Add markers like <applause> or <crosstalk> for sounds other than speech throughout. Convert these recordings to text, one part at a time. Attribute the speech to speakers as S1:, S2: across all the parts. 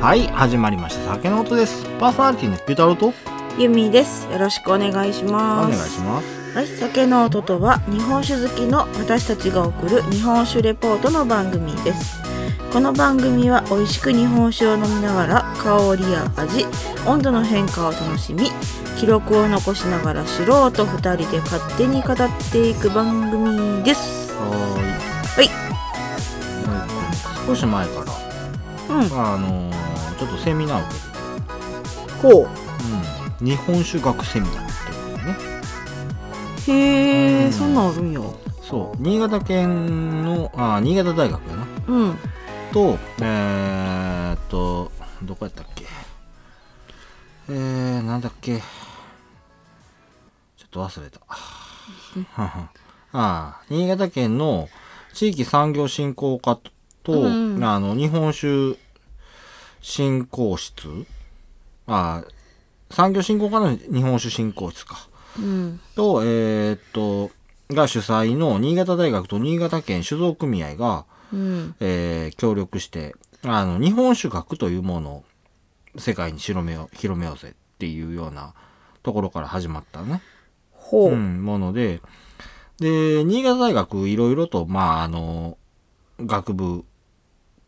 S1: はい始まりました酒の音ですパーソナリティのピュタロと
S2: ゆみです。よろしくお願いし
S1: お
S2: ます。
S1: 願いします
S2: はい、酒の音とは日本酒好きの私たちが送る日本酒レポートの番組です。この番組は美味しく日本酒を飲みながら香りや味、温度の変化を楽しみ、記録を残しながら素人2人で勝手に語っていく番組です。
S1: は
S2: はい
S1: はい少し前から
S2: うん、
S1: あのーちょっとセミナーを受けて
S2: こ
S1: て、うん、日本酒学セミナーっていうのね
S2: う。へえ、そんなんあるんや。
S1: そう新潟県のあ新潟大学やな
S2: うん。
S1: とえー、っとどこやったっけえー、なんだっけちょっと忘れた <laughs> ああ新潟県の地域産業振興課と、
S2: うん
S1: あの日本酒振興室あ産業振興課の日本酒振興室か
S2: うん。
S1: と、えーっと、が主催の新潟大学と新潟県酒造組合が、
S2: うん。
S1: えー協力して、あの、日本酒学というものを世界に広めよう、広めようぜっていうようなところから始まったね、
S2: ほう。う。
S1: うんん、もので、で、新潟大学いろいろと、まあ、あの、学部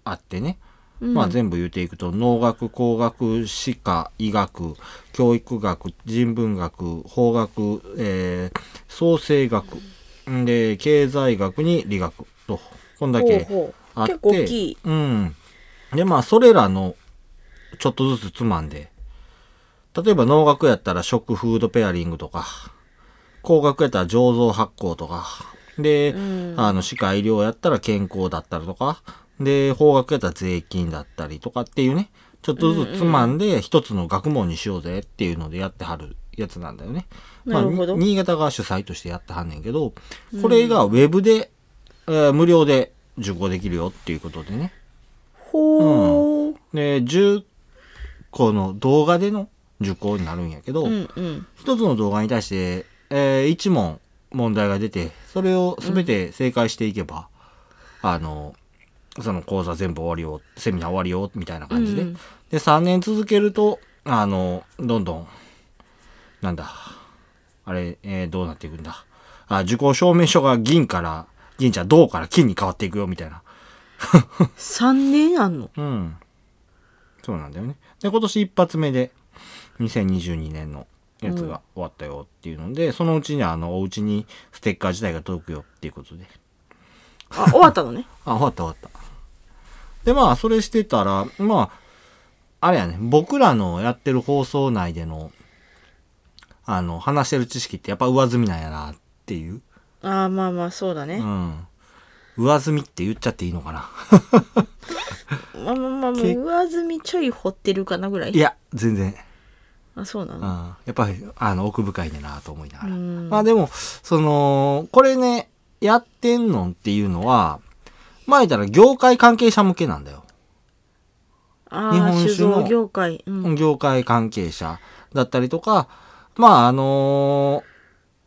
S1: あってね、まあ、全部言っていくと農学工学歯科医学教育学人文学法学、えー創生学んで経済学に理学とこんだけ
S2: ほうほ
S1: あ
S2: う
S1: って
S2: 結構大きい。
S1: うんでまあそれらのちょっとずつつまんで例えば農学やったら食フードペアリングとか工学やったら醸造発酵とかで、
S2: うん
S1: あの、歯科医療やったら健康だったりとか、で、法学やったら税金だったりとかっていうね、ちょっとずつつまんで、一つの学問にしようぜっていうのでやってはるやつなんだよね。まあ
S2: なるほど
S1: に新潟が主催としてやってはんねんけど、これがウェブで、えー無料で受講できるよっていうことでね。
S2: ほう。
S1: で、10個の動画での受講になるんやけど、
S2: うんうん。
S1: 一つの動画に対して、えー、1問問題が出て、それを全て正解していけば、あの、その講座全部終わりよ、セミナー終わりよ、みたいな感じで。
S2: うんうん
S1: で、3年続けると、あの、どんどん、なんだ、あれ、えーどうなっていくんだ。あ、受講証明書が銀から、銀じゃ銅から金に変わっていくよ、みたいな。
S2: 三年あんの。
S1: うん。そうなんだよね。で、今年一発目で、2022年のやつが終わったよっていうので、そのうちにあの、お家にステッカー自体が届くよっていうことで。
S2: あ、終わったのね。
S1: あ、終わった終わった。で、まあ、それしてたら、まあ、あれやね、僕らのやってる放送内での、あの、話してる知識ってやっぱ上積みなんやなっていう。
S2: <laughs> あーまあまあ、そうだ
S1: う
S2: ね。
S1: ん。上積みって言っちゃっていいのかな。
S2: まあまあまあ、もう
S1: け
S2: 上積みちょい掘ってるかなぐらい。
S1: いや、全然。
S2: あ、そうな
S1: うん、
S2: の。
S1: やっぱりあの奥深いねんなと思いながら、
S2: うん
S1: まあでもそのこれねやってんのんっていうのはまあ言ったら業界関係者向けなんだよ、
S2: あ
S1: 日本
S2: あ、
S1: 酒
S2: 酒
S1: の
S2: 造業界。うん。
S1: 業界関係者だったりとかまああの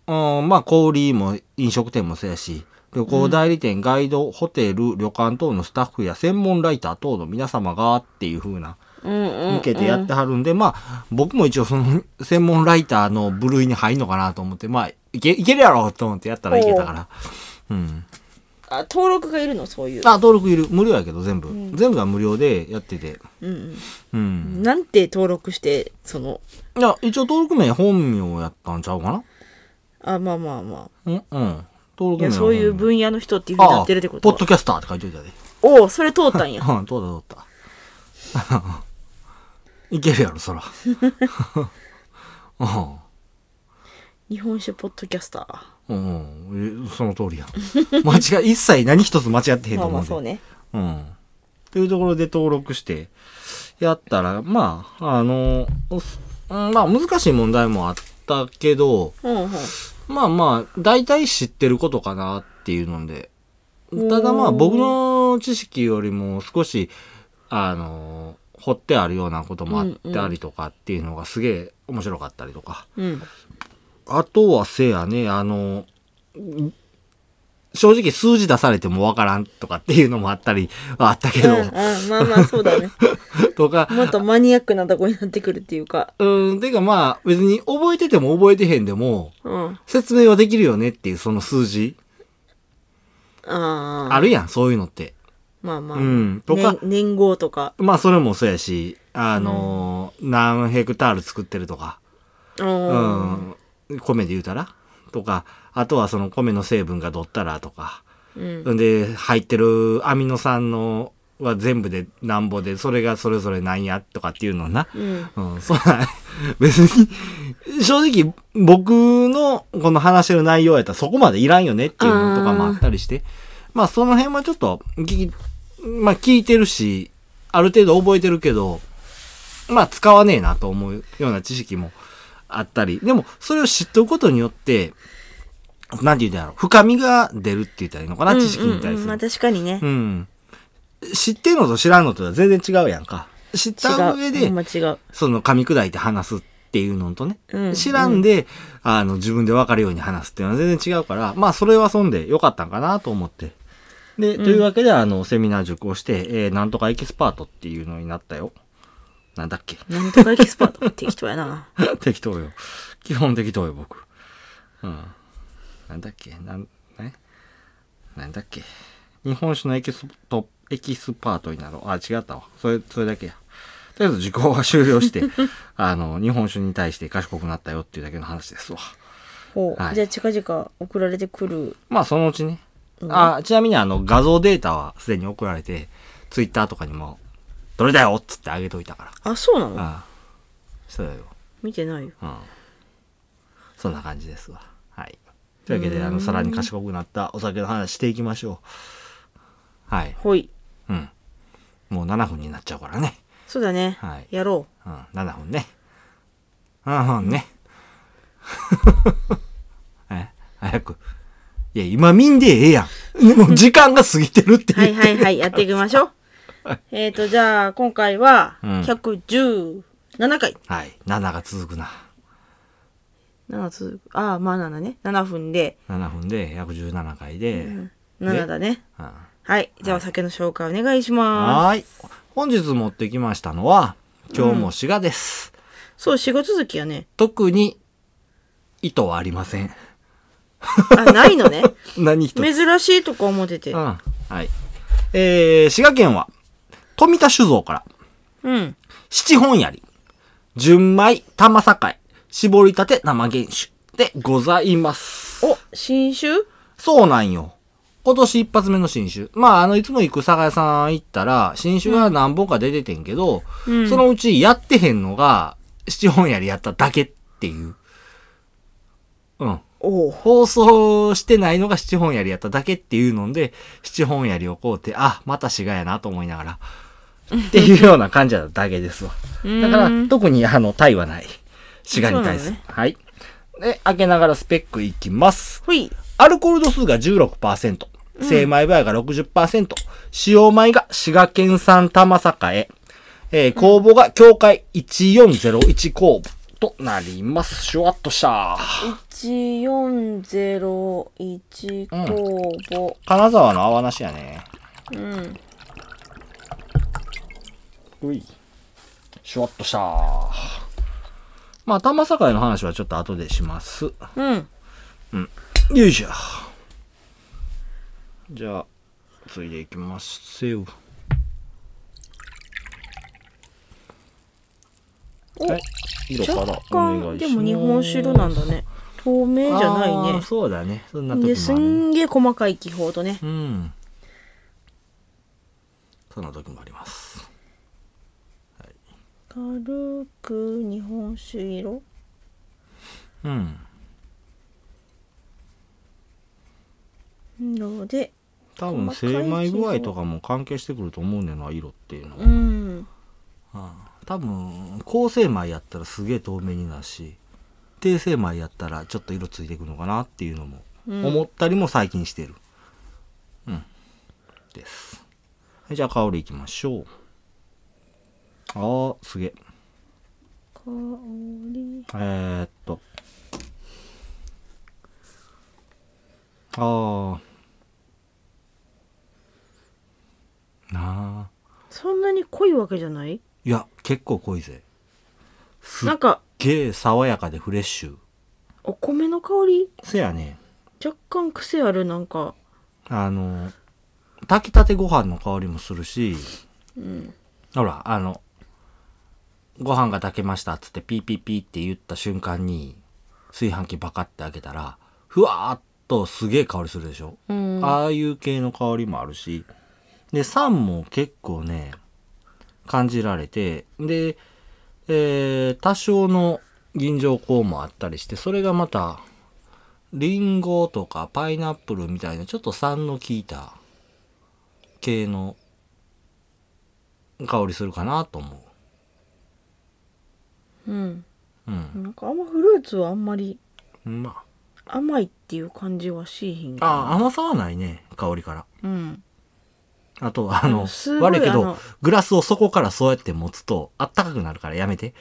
S1: ーうん、まあ小売も飲食店もそうやし旅行代理店、ガイド、ホテル、旅館等のスタッフや専門ライター等の皆様がっていう風な
S2: うんうん。
S1: 向けてやってはるんで、まあ、僕も一応その専門ライターの部類に入るのかなと思って、まあ、いけ、いけるやろと思ってやったらいけたから。うん。
S2: あ、登録がいるの、そういう。
S1: あ、登録いる。無料やけど、全部。全部が無料でやってて。
S2: うん
S1: うん。
S2: うん。なんて登録して、その、
S1: いや、一応登録名本名やったんちゃうか
S2: あ、まあまあま
S1: なうんうん。登録名
S2: あ。いや、
S1: は
S2: そういう
S1: 本
S2: 分野の人っていうふ
S1: 名
S2: うになってるってこと
S1: ああポッドキャスターって書いといたで。
S2: おお、それ通ったんや。 <laughs>
S1: うん、通った通った。 <laughs> いけるやろ、
S2: <laughs>
S1: そら。うん。
S2: 日本酒ポッドキャスター。
S1: うん、えその通りやん。 <laughs> 間違い、一切何一つ間違ってへん
S2: ま
S1: と
S2: あま
S1: 思うん
S2: あ、
S1: で。
S2: そうね。
S1: うん。というところで登録して、やったら、まあ、あの、すうんまあ難しい問題もあったけど、
S2: うんうん。
S1: まあまあ、大体知ってることかなっていうので、
S2: ー
S1: ただまあ僕の知識よりも少し、あの、掘ってあるようなこともあったりとかっていうのがすげえ面白かったりとか。
S2: うん。
S1: あとはせやね、あの、ん正直数字出されてもわからんとかっていうのもあったり、あったけ
S2: うん
S1: ど、
S2: うん、まあまあそうだね <laughs>
S1: とか、
S2: もっとマニアックなとこになってくるっていうか
S1: うん、てかまあ、別に覚えてても覚えてへんでも、
S2: うん
S1: 説明はできるよねっていうその数字、
S2: ああ
S1: あるやん、そういうのって。
S2: まあまあ、
S1: うん、とか
S2: ね、年号とか
S1: まあそれもそうやし、あのー何ヘクタール作ってるとか、
S2: う
S1: うん、米で言うたらとか、あとはその米の成分がどったらとか、
S2: うん
S1: んで、入ってるアミノ酸のは全部でなんぼで、それがそれぞれなんやとかっていうのな。
S2: うん
S1: うん、そうなん、 <laughs> 別に、正直僕のこの話してる内容やったらそこまでいらんよねっていうのとかもあったりして、まあその辺はちょっと聞き、まあ聞いてるし、ある程度覚えてるけど、まあ使わねえなと思うような知識もあったり、でもそれを知っておくことによって、なんて言うんだろう、深みが出るって言ったらいいのかな、知識に対
S2: うんうんう
S1: す
S2: んまあ
S1: る。
S2: 確かにね、
S1: うん。知ってんのと知らんのとは全然違うやんか。知った上
S2: 違う
S1: で
S2: ほん、ま違う
S1: その噛み砕いて話すっていうのとね、
S2: うん
S1: 知らんで、あの、自分で分かるように話すっていうのは全然違うから、まあ、それはそんでよかったんかなと思って。で、というわけで、あの、セミナー塾をして、えー、なんとかエキスパートっていうのになったよ。なんだっけ
S2: なんとかエキスパート適当やな
S1: 適当よ。基本適当よ、僕。うん。なんだっけなん、ねなんだっけ日本酒のエキスト、エキスパートになろう。あ、違ったわ。それ、それだけや。とりあえず受講は終了して、あの、日本酒に対して賢くなったよっていうだけの話ですわ。
S2: ほ
S1: <laughs>
S2: う、
S1: はい
S2: じゃあ近々送られてくる
S1: まあ、そのうちね。あ、ちなみにあの、画像データはすでに送られて、ツイッターとかにも、どれだよっつってあげといたから。
S2: あそうなの
S1: ああ。そうだよ。
S2: 見てないよ
S1: うん。そんな感じですわ。はい。というわけで、あの、さらに賢くなったお酒の話していきましょう。はい。
S2: ほい
S1: うん。もう7分になっちゃうからね。
S2: そうだね、
S1: はい
S2: やろ
S1: うん、7分ね。7分ね。 <laughs> え早く。いや、今見んでええやん。もう時間が過ぎてるって
S2: うはい
S1: 言って。
S2: は
S1: <laughs>
S2: いはいやっていきましょうえっとじゃあ今回は
S1: うん
S2: 117回、
S1: はい。7が続くな。
S2: 7つああまあ7ね7分で
S1: 7分で117回で。
S2: 7だね
S1: うん
S2: はいじゃあお酒の紹介お願いします
S1: はーい。本日持ってきましたのは、今日も滋賀です。
S2: そう4月続きやね
S1: 特に、意図はありません。
S2: あないのね
S1: <laughs> 何一つ。
S2: 珍しいとか思ってて
S1: うん。はい。えー、滋賀県は、富田酒造から、
S2: うん
S1: 七本槍、純米、玉境、絞りたて生原酒でございます。
S2: お新種
S1: そうなんよ。今年一発目の新酒。まあ、あの、いつも行く酒屋さん行ったら、新酒が何本か出ててんけど、
S2: うん
S1: そのうちやってへんのが、七本槍やっただけっていう。うん。
S2: おう
S1: 放送してないのが七本槍やっただけっていうので、七本槍をこうて、あ、また滋賀やなと思いながら、っていうような感じだっただけですわ。だか
S2: う
S1: ら、
S2: ん
S1: 特に、あの、対はない。滋賀に対す
S2: そうな
S1: る。
S2: のね
S1: はい。で、開けながらスペックいきます。
S2: ほい
S1: アルコール度数が16%、精米部合が60%、使用米が滋賀県産玉栄、えー、工房が境界1401工房となります。シュワッとした。
S2: 1401公募
S1: 金沢の泡なしやね。
S2: うん
S1: うい。シュワッとした。まあ、玉栄の話はちょっと後でします。
S2: うん
S1: よいしょ。じゃあ、ついでいきますよ。
S2: お
S1: はい。色から
S2: 若
S1: お願
S2: 干
S1: いします。
S2: でも日本汁なんだね透明じゃない
S1: あー
S2: ね
S1: そうだね。そんな時もある、ね。
S2: ですんげえ細かい気泡とね
S1: うん。そんな時もあります。
S2: 軽く日本酒色
S1: うん。
S2: 色で
S1: 多分精米具合とかも関係してくると思うねんな色っていうのは、
S2: うん
S1: 多分高精米やったらすげえ透明になるし低精米やったらちょっと色ついてくのかなっていうのも
S2: うん
S1: 思ったりも最近してるうんですはいじゃあ香りいきましょうあーすげえ
S2: 香り
S1: えー、っとあーなあ
S2: そんなに濃いわけじゃない
S1: いや結構濃いぜすっ
S2: なんか
S1: げえ爽やかでフレッシュ
S2: お米の香り
S1: せやね
S2: 若干癖あるなんか
S1: あの炊きたてご飯の香りもするし、
S2: ん
S1: ほらあのご飯が炊けましたっつってピーピーピーって言った瞬間に炊飯器バカって開けたらふわーっとすげえ香りするでしょ、
S2: うん
S1: ああいう系の香りもあるしで酸も結構ね感じられてで、えー多少の銀条香もあったりしてそれがまたリンゴとかパイナップルみたいなちょっと酸の効いた系の香りするかなと思
S2: うん
S1: う。うん。
S2: なんかあんまフルーツはあんまり
S1: ま
S2: 甘いっていう感じはしいひん
S1: あ、あ甘さはないね、香りから。
S2: うん
S1: あと、あ
S2: う
S1: の
S2: んす、ごい
S1: 悪いけ
S2: あ
S1: ど
S2: の、
S1: グラスをそこからそうやって持つと、あったかくなるからやめて。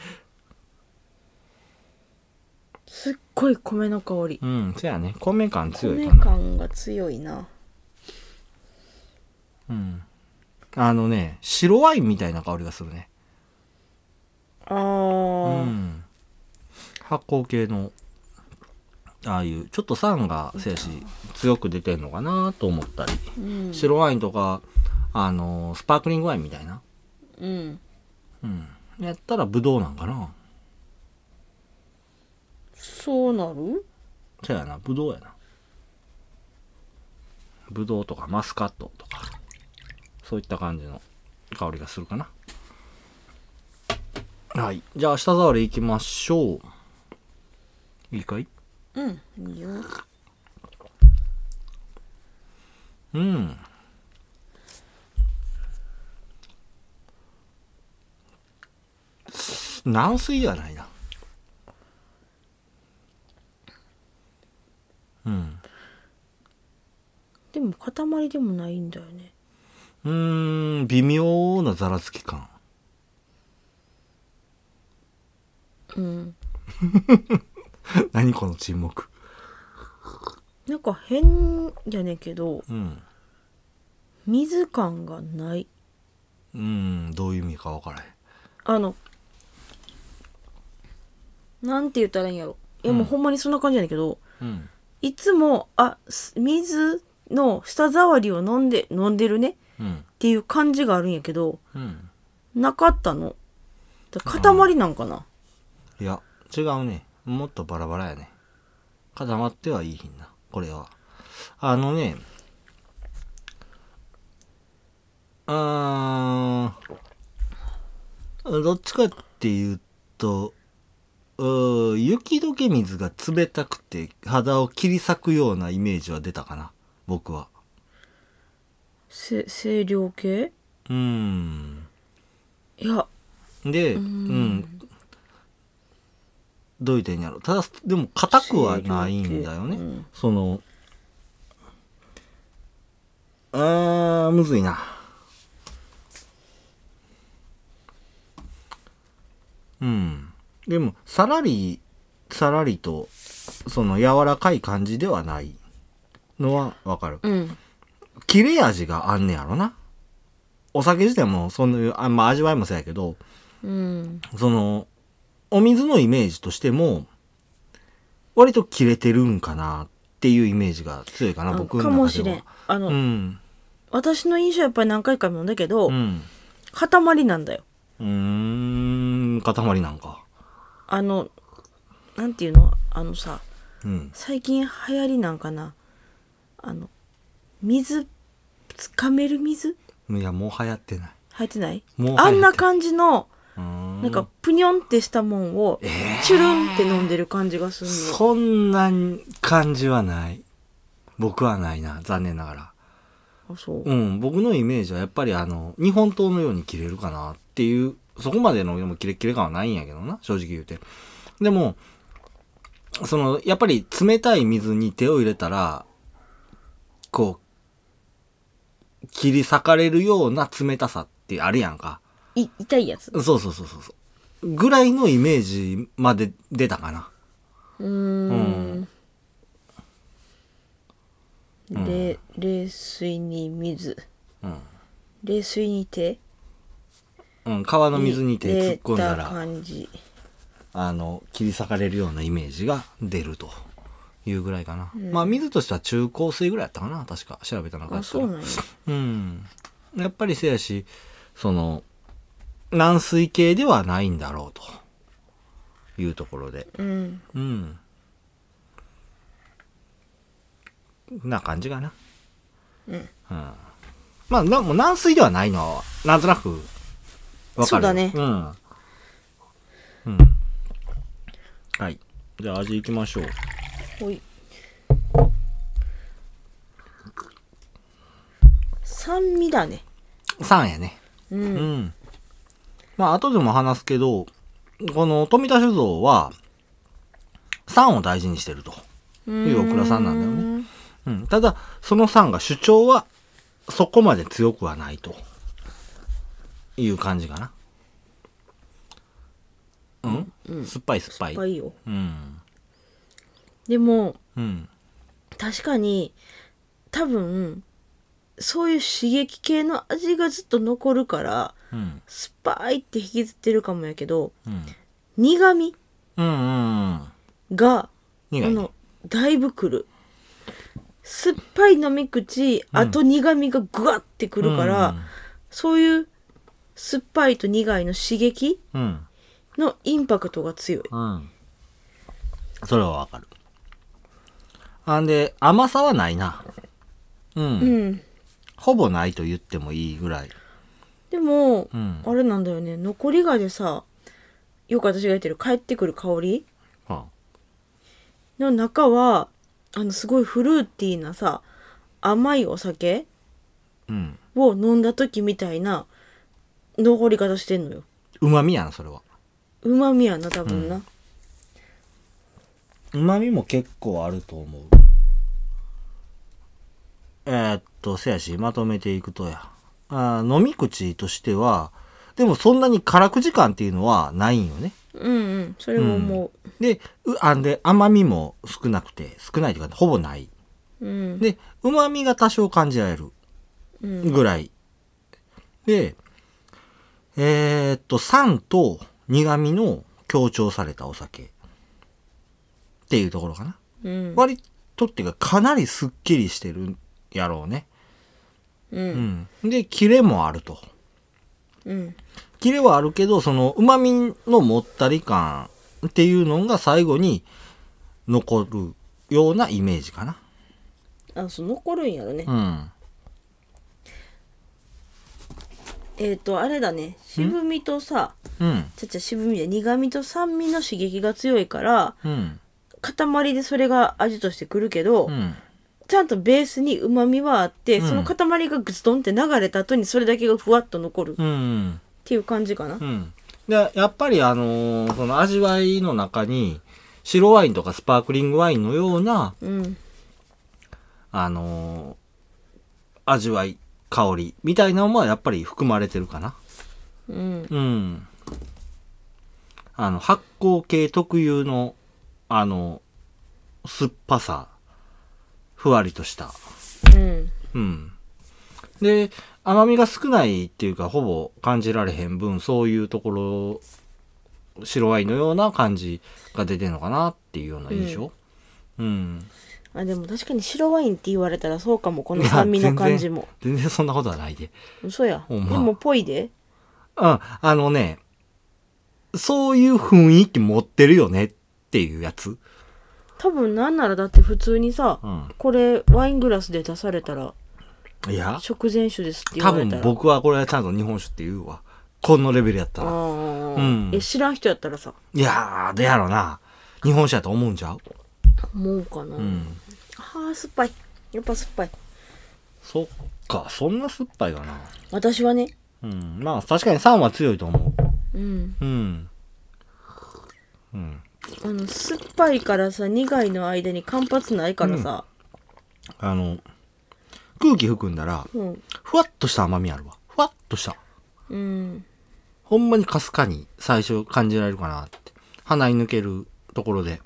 S2: すっごい米の香り
S1: うん、そやね。米感強い
S2: 米
S1: かな。
S2: 感が強いな
S1: うん。あのね、白ワインみたいな香りがするね。
S2: あ
S1: う
S2: ー、
S1: ん。発酵系の、ああいう、ちょっと酸が、せやし、強く出てんのかなと思ったり。
S2: うん
S1: 白ワインとか、あの、スパークリングワインみたいな。
S2: うん
S1: うん。やったら、ブドウなんかな。
S2: そうなる
S1: そやな、ブドウやな。ブドウとかマスカットとか、そういった感じの香りがするかな。はい。じゃあ、舌触りいきましょう。いいかい
S2: うんいいよ
S1: うん。軟水ではないな。うん。
S2: でも塊でもないんだよね
S1: うーん、微妙なざらつき感。
S2: うん
S1: <laughs> 何この沈黙。
S2: なんか変やねんけど
S1: うん。
S2: 水感がない
S1: うん、どういう意味かわからへん。
S2: あのなんて言ったらいいんやろいやもううんほんまにそんな感じやねんけど、
S1: うん。
S2: いつもあす水の舌触りを飲んで飲んでるねっ
S1: うん。
S2: ていう感じがあるんやけど
S1: うん。
S2: なかったのだ塊なんかな、
S1: いや、違うね。もっとバラバラやね。固まってはいいひんな。これは。あのね、うーん、どっちかっていうと、うー雪解け水が冷たくて肌を切り裂くようなイメージは出たかな。僕は。
S2: せ清涼系
S1: うーん。
S2: いや
S1: で、うんどういう点やろただでも硬くはないんだよね、
S2: 清涼系うん
S1: そのあーむずいなうんでもさらりさらりとその柔らかい感じではないのはわかる
S2: うん
S1: 切れ味があんねやろなお酒自体もそんなあんま味わいもそうやけど、
S2: うん
S1: その、お水のイメージとしても、割と切れてるんかなっていうイメージが強いかな、
S2: あ
S1: 僕
S2: か
S1: の
S2: も
S1: 中
S2: し
S1: で
S2: れ
S1: は
S2: ん。あの、
S1: うん。
S2: 私の印象はやっぱり何回かもんだけど、
S1: うん。
S2: 塊なんだよ
S1: うーん、塊なんか。
S2: あのなんていうのあのさ
S1: うん。
S2: 最近流行りなんかなあの水つかめる水
S1: いや、もう流行ってない。
S2: 入ってない
S1: もう流行って
S2: あんな感じの
S1: うーん。
S2: なんか、ぷにょんってしたもんをチュルンって飲んでる感じがするの、
S1: そんな感じはない。僕はないな、残念ながら。
S2: あそう、
S1: うん、僕のイメージはやっぱりあの、日本刀のように切れるかなっていう、そこまでのでもキレッキレ感はないんやけどな、正直言うて。でも、その、やっぱり冷たい水に手を入れたら、こう、切り裂かれるような冷たさってあるやんか。
S2: い痛いやつ
S1: そうそうそうそうそう。ぐらいのイメージまで出たかな。
S2: うーんん冷水に水
S1: うん。
S2: 冷水にて
S1: うん、川の水に手突っ込んだ
S2: 入れた
S1: ら、
S2: 感じ
S1: あの、切り裂かれるようなイメージが出るというぐらいかな。まあ、水としては中高水ぐらいやったかな、確か。調べた中や
S2: あ
S1: った
S2: そ
S1: ら
S2: うなんや
S1: うん。やっぱりせやし、その、軟水系ではないんだろうというところで。
S2: うん
S1: うん。な感じかな。
S2: うん
S1: まあ、なもう軟水ではないのは、なんとなく、わかる。
S2: そうだね
S1: うん。うん。はい。じゃあ味いきましょう。
S2: ほい酸味だね
S1: 3やね。
S2: う
S1: うんん。まあ、後でも話すけど、この富田酒造は、酸を大事にしてると。
S2: うん
S1: いうオクラさんなんだよねうん。ただ、その酸が主張は、そこまで強くはないと。いう感じかな。うん、酸っぱい酸っぱい。
S2: いっぱいよ
S1: うん。
S2: でも
S1: うん。
S2: 確かに多分そういう刺激系の味がずっと残るから
S1: うん。
S2: 酸っぱいって引きずってるかもやけど
S1: うん。
S2: 苦味
S1: うん。うん。
S2: が
S1: 苦
S2: あ
S1: いね
S2: のだいぶくる酸っぱい飲み口、あと苦味がグワッてくるから、そういう酸っぱいと苦いの刺激
S1: うん。
S2: のインパクトが強い
S1: うん。それはわかる。あんで、甘さはないな。うん。
S2: うん
S1: ほぼないと言ってもいいぐらい。
S2: でも、
S1: うん。
S2: あれなんだよね残りがでさよく私が言ってる帰ってくる香り
S1: あ
S2: の中はあのすごいフルーティーなさ甘いお酒
S1: うん。
S2: を飲んだ時みたいな残り方してんのよ
S1: うまみやな、それは。
S2: うまみやな多分な、
S1: うまみも結構あると思うえーっとせやしまとめていくとやあー飲み口としてはでもそんなに辛口感っていうのはないんよね
S2: うんうんそれも思
S1: でうあんで甘みも少なくて少ないというかほぼないう
S2: うん
S1: でうまみが多少感じられる
S2: うん
S1: ぐらいでえーっと酸と苦味の強調されたお酒っていうところかな
S2: うん
S1: 割とっていうかかなりすっきりしてるやろうね。
S2: う
S1: うんん。で、キレもあると。
S2: うん
S1: キレはあるけど、その旨味のもったり感っていうのが最後に残るようなイメージかな。
S2: あそう残るんやろね、
S1: うん。
S2: えっ、とあれだね渋みとさ
S1: うん。
S2: ちゃちゃ渋みで苦みと酸味の刺激が強いから
S1: うん。
S2: 塊でそれが味としてくるけど、
S1: うん。
S2: ちゃんとベースに旨味はあって、
S1: うん
S2: その塊がグズドンって流れた後にそれだけがふわっと残るっ
S1: うん。
S2: ていう感じかな
S1: うん。で、やっぱりあのーその味わいの中に、白ワインとかスパークリングワインのような、
S2: うん
S1: あのー味わい、香りみたいなのもやっぱり含まれてるかな。
S2: うん
S1: うん。あの、発酵系特有の、あの、酸っぱさ、ふわりとした。
S2: うん
S1: うん。で、甘みが少ないっていうか、ほぼ感じられへん分、そういうところ、白ワインのような感じが出てんのかなっていうような印象。うん。
S2: あでも確かに白ワインって言われたらそうかもこの
S1: いや
S2: 酸味の感じも
S1: 全然全然そんなことはないで。
S2: 嘘や、
S1: ほんま
S2: でもぽいで
S1: うん、あのね、そういう雰囲気持ってるよねっていうやつ。
S2: 多分なんならだって普通にさ、
S1: うん
S2: これワイングラスで出されたら
S1: いや、
S2: 食前酒ですって言
S1: 多
S2: われ
S1: 分
S2: たら
S1: 僕はこれはちゃんと日本酒って言うわ。このレベルやったら。
S2: ああ、
S1: うん
S2: え知らん人やったらさ
S1: いやー、でやろな。日本酒やと思うんちゃう
S2: 思うかな、
S1: うん。
S2: あー酸っぱいやっぱ酸っぱい
S1: そっか、そんな酸っぱいかな。
S2: 私はね
S1: うん。まあ、確かに酸は強いと思
S2: うん
S1: う。うん。うん。
S2: あの酸っぱいからさ苦いの間に間髪ないからさ、
S1: あの、空気含んだら、
S2: うん
S1: ふわっとした甘みあるわ。ふわっとした。
S2: うん、
S1: ほんまにかすかに最初感じられるかなって。鼻に抜けるところで。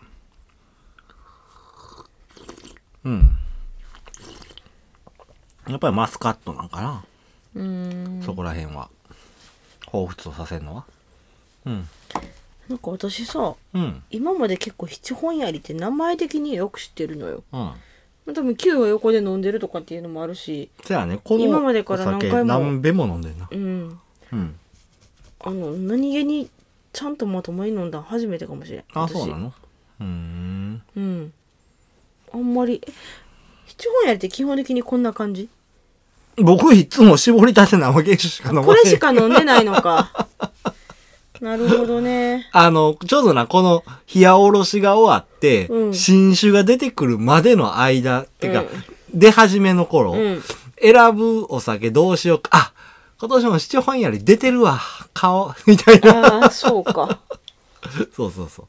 S1: うん。やっぱりマスカットなんかな。
S2: うーん
S1: そこら辺は彷彿とさせるのはうん
S2: なんか私さ
S1: うん
S2: 今まで結構七本槍って名前的によく知ってるのよ
S1: うん
S2: 多分9は横で飲んでるとかっていうのもあるし
S1: じゃあねこの
S2: 今までから何回も
S1: お酒何べも飲んでんな
S2: うん
S1: うん
S2: あの何気にちゃんとまともに飲んだん初めてかもしれん
S1: あ
S2: 私
S1: そうなのうーん
S2: うんあんまりえ七本槍って基本的にこんな感じ
S1: 僕いつも絞りたて生原酒しか飲まない
S2: これしか飲んでないの
S1: <laughs>
S2: かなるほどね
S1: あの、ちょうどな、この、冷やおろしが終わって、
S2: うん
S1: 新酒が出てくるまでの間、ってか、
S2: うん
S1: 出始めの頃、
S2: うん
S1: 選ぶお酒どうしようか、あ、今年も七本槍出てるわ、顔、 <laughs> みたいな。
S2: ああそうか
S1: そうそうそ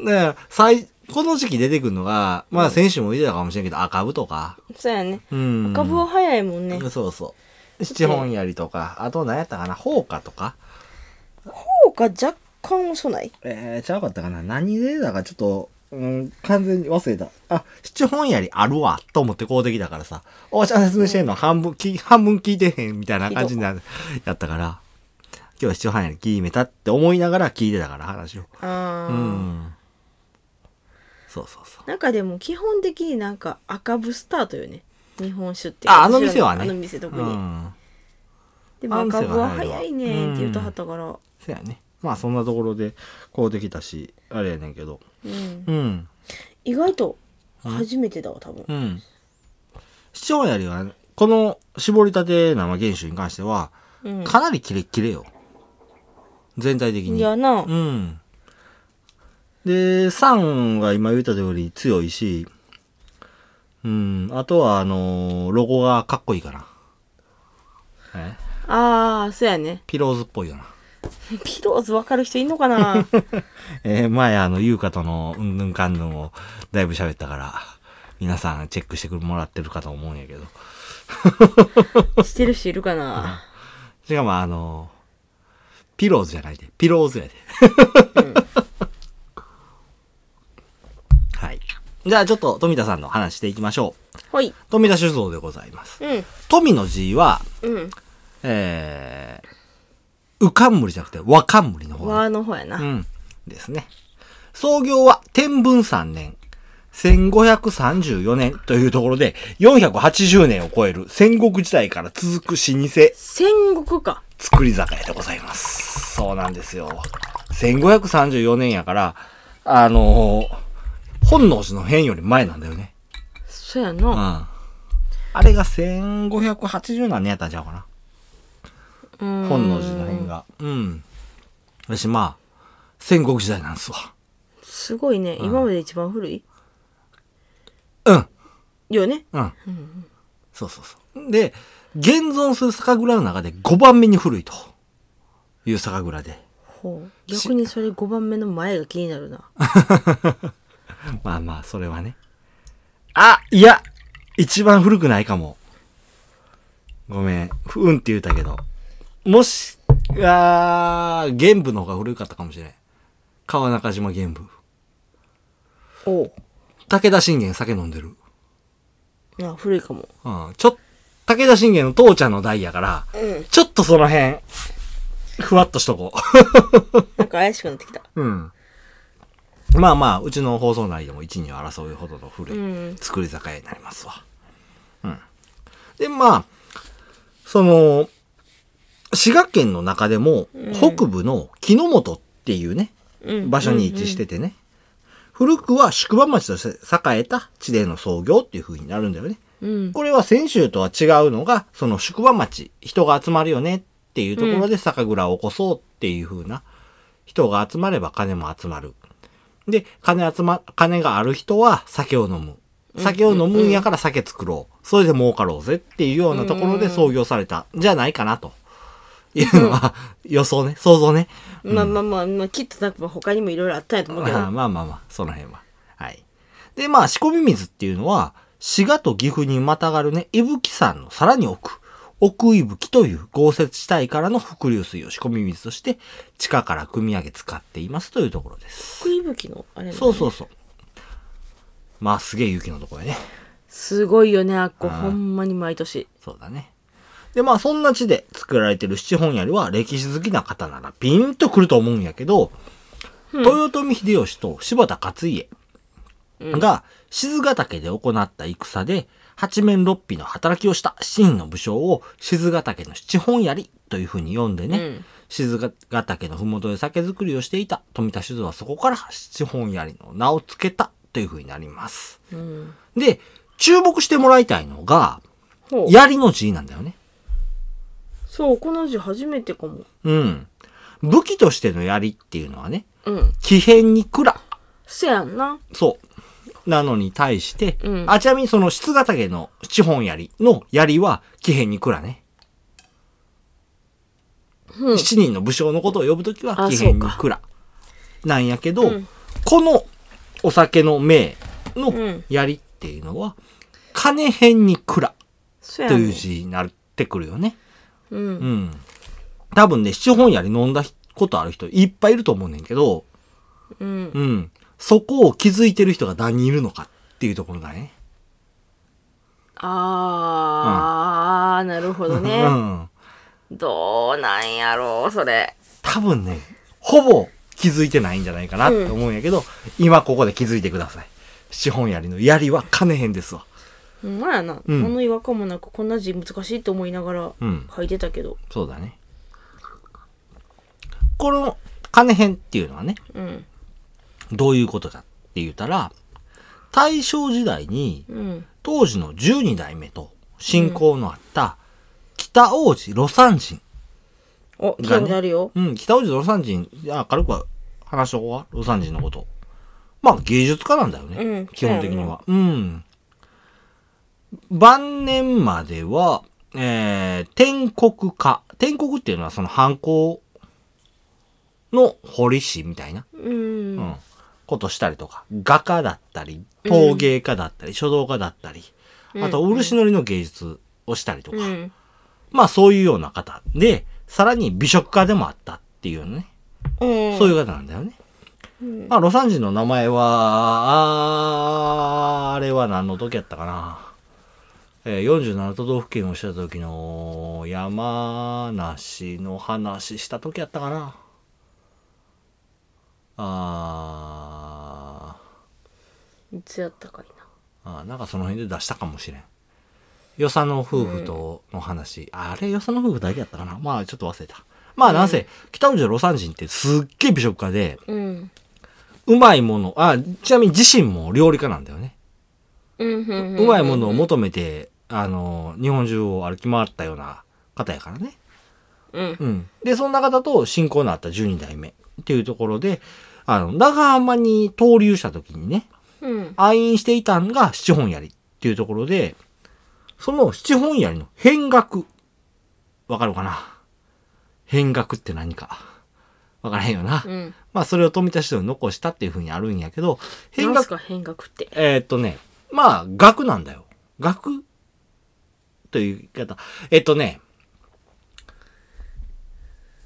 S1: う。だから、最、この時期出てくるのが、まあ先週も言ってたかもしれんけど、赤部とか。
S2: そうやね
S1: うん。
S2: 株は早いもんね
S1: そうそう。七本槍とか、あと何やったかな、放火とか。
S2: 方が若干遅ない
S1: えー、ちゃうかったかな何でだかちょっと、うん、完全に忘れた。あ、七本槍あるわ、と思ってこうできたからさ、おちゃん説明してんの、半分、き半分聞いてへん、みたいな感じにな、やったから、今日は七本槍決めたって思いながら聞いてたから、話を。う
S2: ああ、
S1: ん。そうそうそう。
S2: なんかでも基本的になんか赤ブスタートよね日本酒って
S1: あ、あの店はね。
S2: あの店特に、
S1: うん。
S2: でも
S1: あの
S2: 赤
S1: 店
S2: ブは
S1: は入るわ
S2: 早いねって言うとはったからうん、
S1: せやね。まあそんなところで、こうできたし、あれやねんけど。うん。
S2: 意外と初めてだわ多分
S1: うん。七本槍は、この絞りたて生原酒に関しては、
S2: うん、
S1: かなりキレッキレよ。全体的
S2: い
S1: に。
S2: やな
S1: うん。で、酸が今言った通り強いし、うん、あとはあのーロゴがかっこいいかな。え
S2: ああそうやね <laughs>
S1: ピローズっぽいよな。
S2: ピローズ分かる人いんの
S1: <laughs>
S2: かな
S1: えー前あの、優香とのうんぬんかんぬんをだいぶ喋ったから、皆さんチェックしてくれもらってるかと思うんやけど。
S2: してる人いるかな
S1: しかもあのーピローズじゃないで、ピローズやで。はい。じゃあちょっと富田さんの話していきましょう。
S2: ほい
S1: 富田酒造でございます。
S2: うん
S1: 富の字は、
S2: うん
S1: えー、うかんむりじゃなくて、わかんむりの方ね
S2: 和の方やな、
S1: うん。ですね。創業は天文3年、1534年というところで、480年を超える戦国時代から続く老舗
S2: 戦国か
S1: 作り酒屋でございます。そうなんですよ。1534年やから、あのー本能寺の変より前なんだよね。
S2: そうや
S1: うん。
S2: な
S1: あれが1580何年やったんちゃうかな。
S2: うん
S1: 本能寺の変が。うん。私まあ、戦国時代なんですわ。
S2: すごいね今まで一番古い
S1: うん。
S2: よね
S1: うん。そうそうそう。で、現存する酒蔵の中で5番目に古いという酒蔵で。
S2: ほう逆にそれ5番目の前が気になるな
S1: まあまあ、それはね。あ、いや、一番古くないかも。ごめん。ふうんって言うたけど。もし、あー、玄武の方が古かったかもしれん。川中島玄武。
S2: おう
S1: 武田信玄酒飲んでる。
S2: あ古いかも
S1: うん。ちょ、武田信玄の父ちゃんの代やから、
S2: うん
S1: ちょっとその辺、ふわっとしとこう。
S2: なんか怪しくなってきた
S1: うん。まあまあ、うちの放送内でも一二を争うほどの古
S2: うん
S1: い作り酒屋になりますわ。うん。で、まあ、その、滋賀県の中でも、北部の木之本っていうね、
S2: うん
S1: 場所に位置しててね、古くは宿場町として栄えた地での創業っていう風になるんだよね。
S2: うん
S1: これは先週とは違うのが、その宿場町、人が集まるよねっていうところで酒蔵を起こそうっていう風な、人が集まれば金も集まる。で、金集ま、金がある人は酒を飲む。酒を飲むんやから酒作ろう。それで儲かろうぜっていうようなところで創業された、じゃないかなと。いうのは、予想ね、想像ね。
S2: まあまあまあ、まあ、きっとなんか他にもいろいろあったんやと思うけど
S1: まあまあまあまあ、その辺は。はい。で、まあ、仕込み水っていうのは、滋賀と岐阜にまたがるね、伊吹山のさらに奥、奥伊吹という豪雪地帯からの伏流水を仕込み水として、地下から汲み上げ使っていますというところです。
S2: 福井吹のあれなの
S1: そうそうそう。まあ、すげえ雪のところやね。
S2: すごいよねあっこ
S1: あー
S2: ほんまに毎年
S1: そうだね。で、まあそんな地で作られてる七本槍は歴史好きな方ならピンとくると思うんやけど、豊臣秀吉と柴田勝家が静ヶ岳で行った戦で八面六臂の働きをした真の武将を静ヶ岳の七本槍というふうに呼んでね、
S2: うん
S1: 静ヶ岳の麓で酒造りをしていた富田酒造はそこから七本槍の名を付けたというふうになります。
S2: うん
S1: で、注目してもらいたいのが、
S2: ほう
S1: 槍の字なんだよね。
S2: そうこの字初めてかも
S1: うん。武器としての槍っていうのはね、
S2: うん
S1: 奇変に蔵。
S2: せやんな
S1: そう。なのに対して、
S2: うん
S1: あ、ちなみにその質ヶ岳の七本槍の槍は奇変に蔵ね。
S2: うん
S1: 七人の武将のことを呼ぶときは
S2: あ
S1: 奇変に
S2: そうか
S1: 蔵。なんやけど、
S2: うん
S1: このお酒の名の
S2: うん
S1: 槍っていうのは、金変に蔵
S2: せや
S1: と
S2: ね
S1: いう字になってくるよね。
S2: う
S1: うんん。多分ね、七本槍飲んだことある人いっぱいいると思うねんけど、
S2: うん
S1: うん。そこを気づいてる人が何人いるのかっていうところだね。
S2: あーなるほど
S1: う
S2: ね
S1: ん。
S2: どうなんやろうそれ
S1: 多分ね、ほぼ気づいてないんじゃないかなって思うんやけど、今ここで気づいてください。七本槍の槍は金編ですわ。
S2: うんまあやな、
S1: うん
S2: 何の違和感もなくこんな字難しいと思いながら
S1: うん
S2: 書いてたけど
S1: そうだね。この金編っていうのはね、
S2: うん
S1: どういうことかって言ったら、大正時代に
S2: うん
S1: 当時の十二代目と親交のあった北王子魯山人
S2: お聞いたことあるよ、
S1: うん、北王子魯山人、いや、軽くは話しとこうか、魯山人のこと。まあ、芸術家なんだよね、
S2: うん
S1: 基本的には。うん。晩年までは、えー、天国家。天国っていうのはその犯行の堀師みたいな、
S2: うん
S1: うん、ことしたりとか、画家だったり、陶芸家だったり、書道家だったり、あと漆塗りの芸術をしたりとか、
S2: うん
S1: まあそういうような方で、さらに美食家でもあったっていうね。
S2: うん
S1: そういう方なんだよね。
S2: うん
S1: まあ、ロサンジンの名前は、あーあれは何の時やったかな。えー47都道府県をした時の山梨の話した時やったかな。あー
S2: いつやったかいな
S1: あーなんかその辺で出したかもしれん。与謝野夫婦との話。あれ、与謝野夫婦だけやったかな。まあ、ちょっと忘れた。まあ、なんせ、北口ロサンジンってすっげえ美食家で、
S2: うん
S1: うまいもの、あ、ちなみに自身も料理家なんだよね。
S2: うんうん
S1: うまいものを求めて、あの、日本中を歩き回ったような方やからね。
S2: うん
S1: うん。で、そんな方と親交のあった12代目っていうところで、あの、長浜に登竜した時にね、
S2: うん
S1: 愛飲していたんが七本槍っていうところで、その七本槍の変額。わかるかな変額って何か。わからへんよな。
S2: うん
S1: まあ、それを富田市に残したっていうふうにあるんやけど、
S2: 変
S1: 変額
S2: 額か変額って
S1: えーっとね、まあ、額なんだよ。額という言い方。えっとね、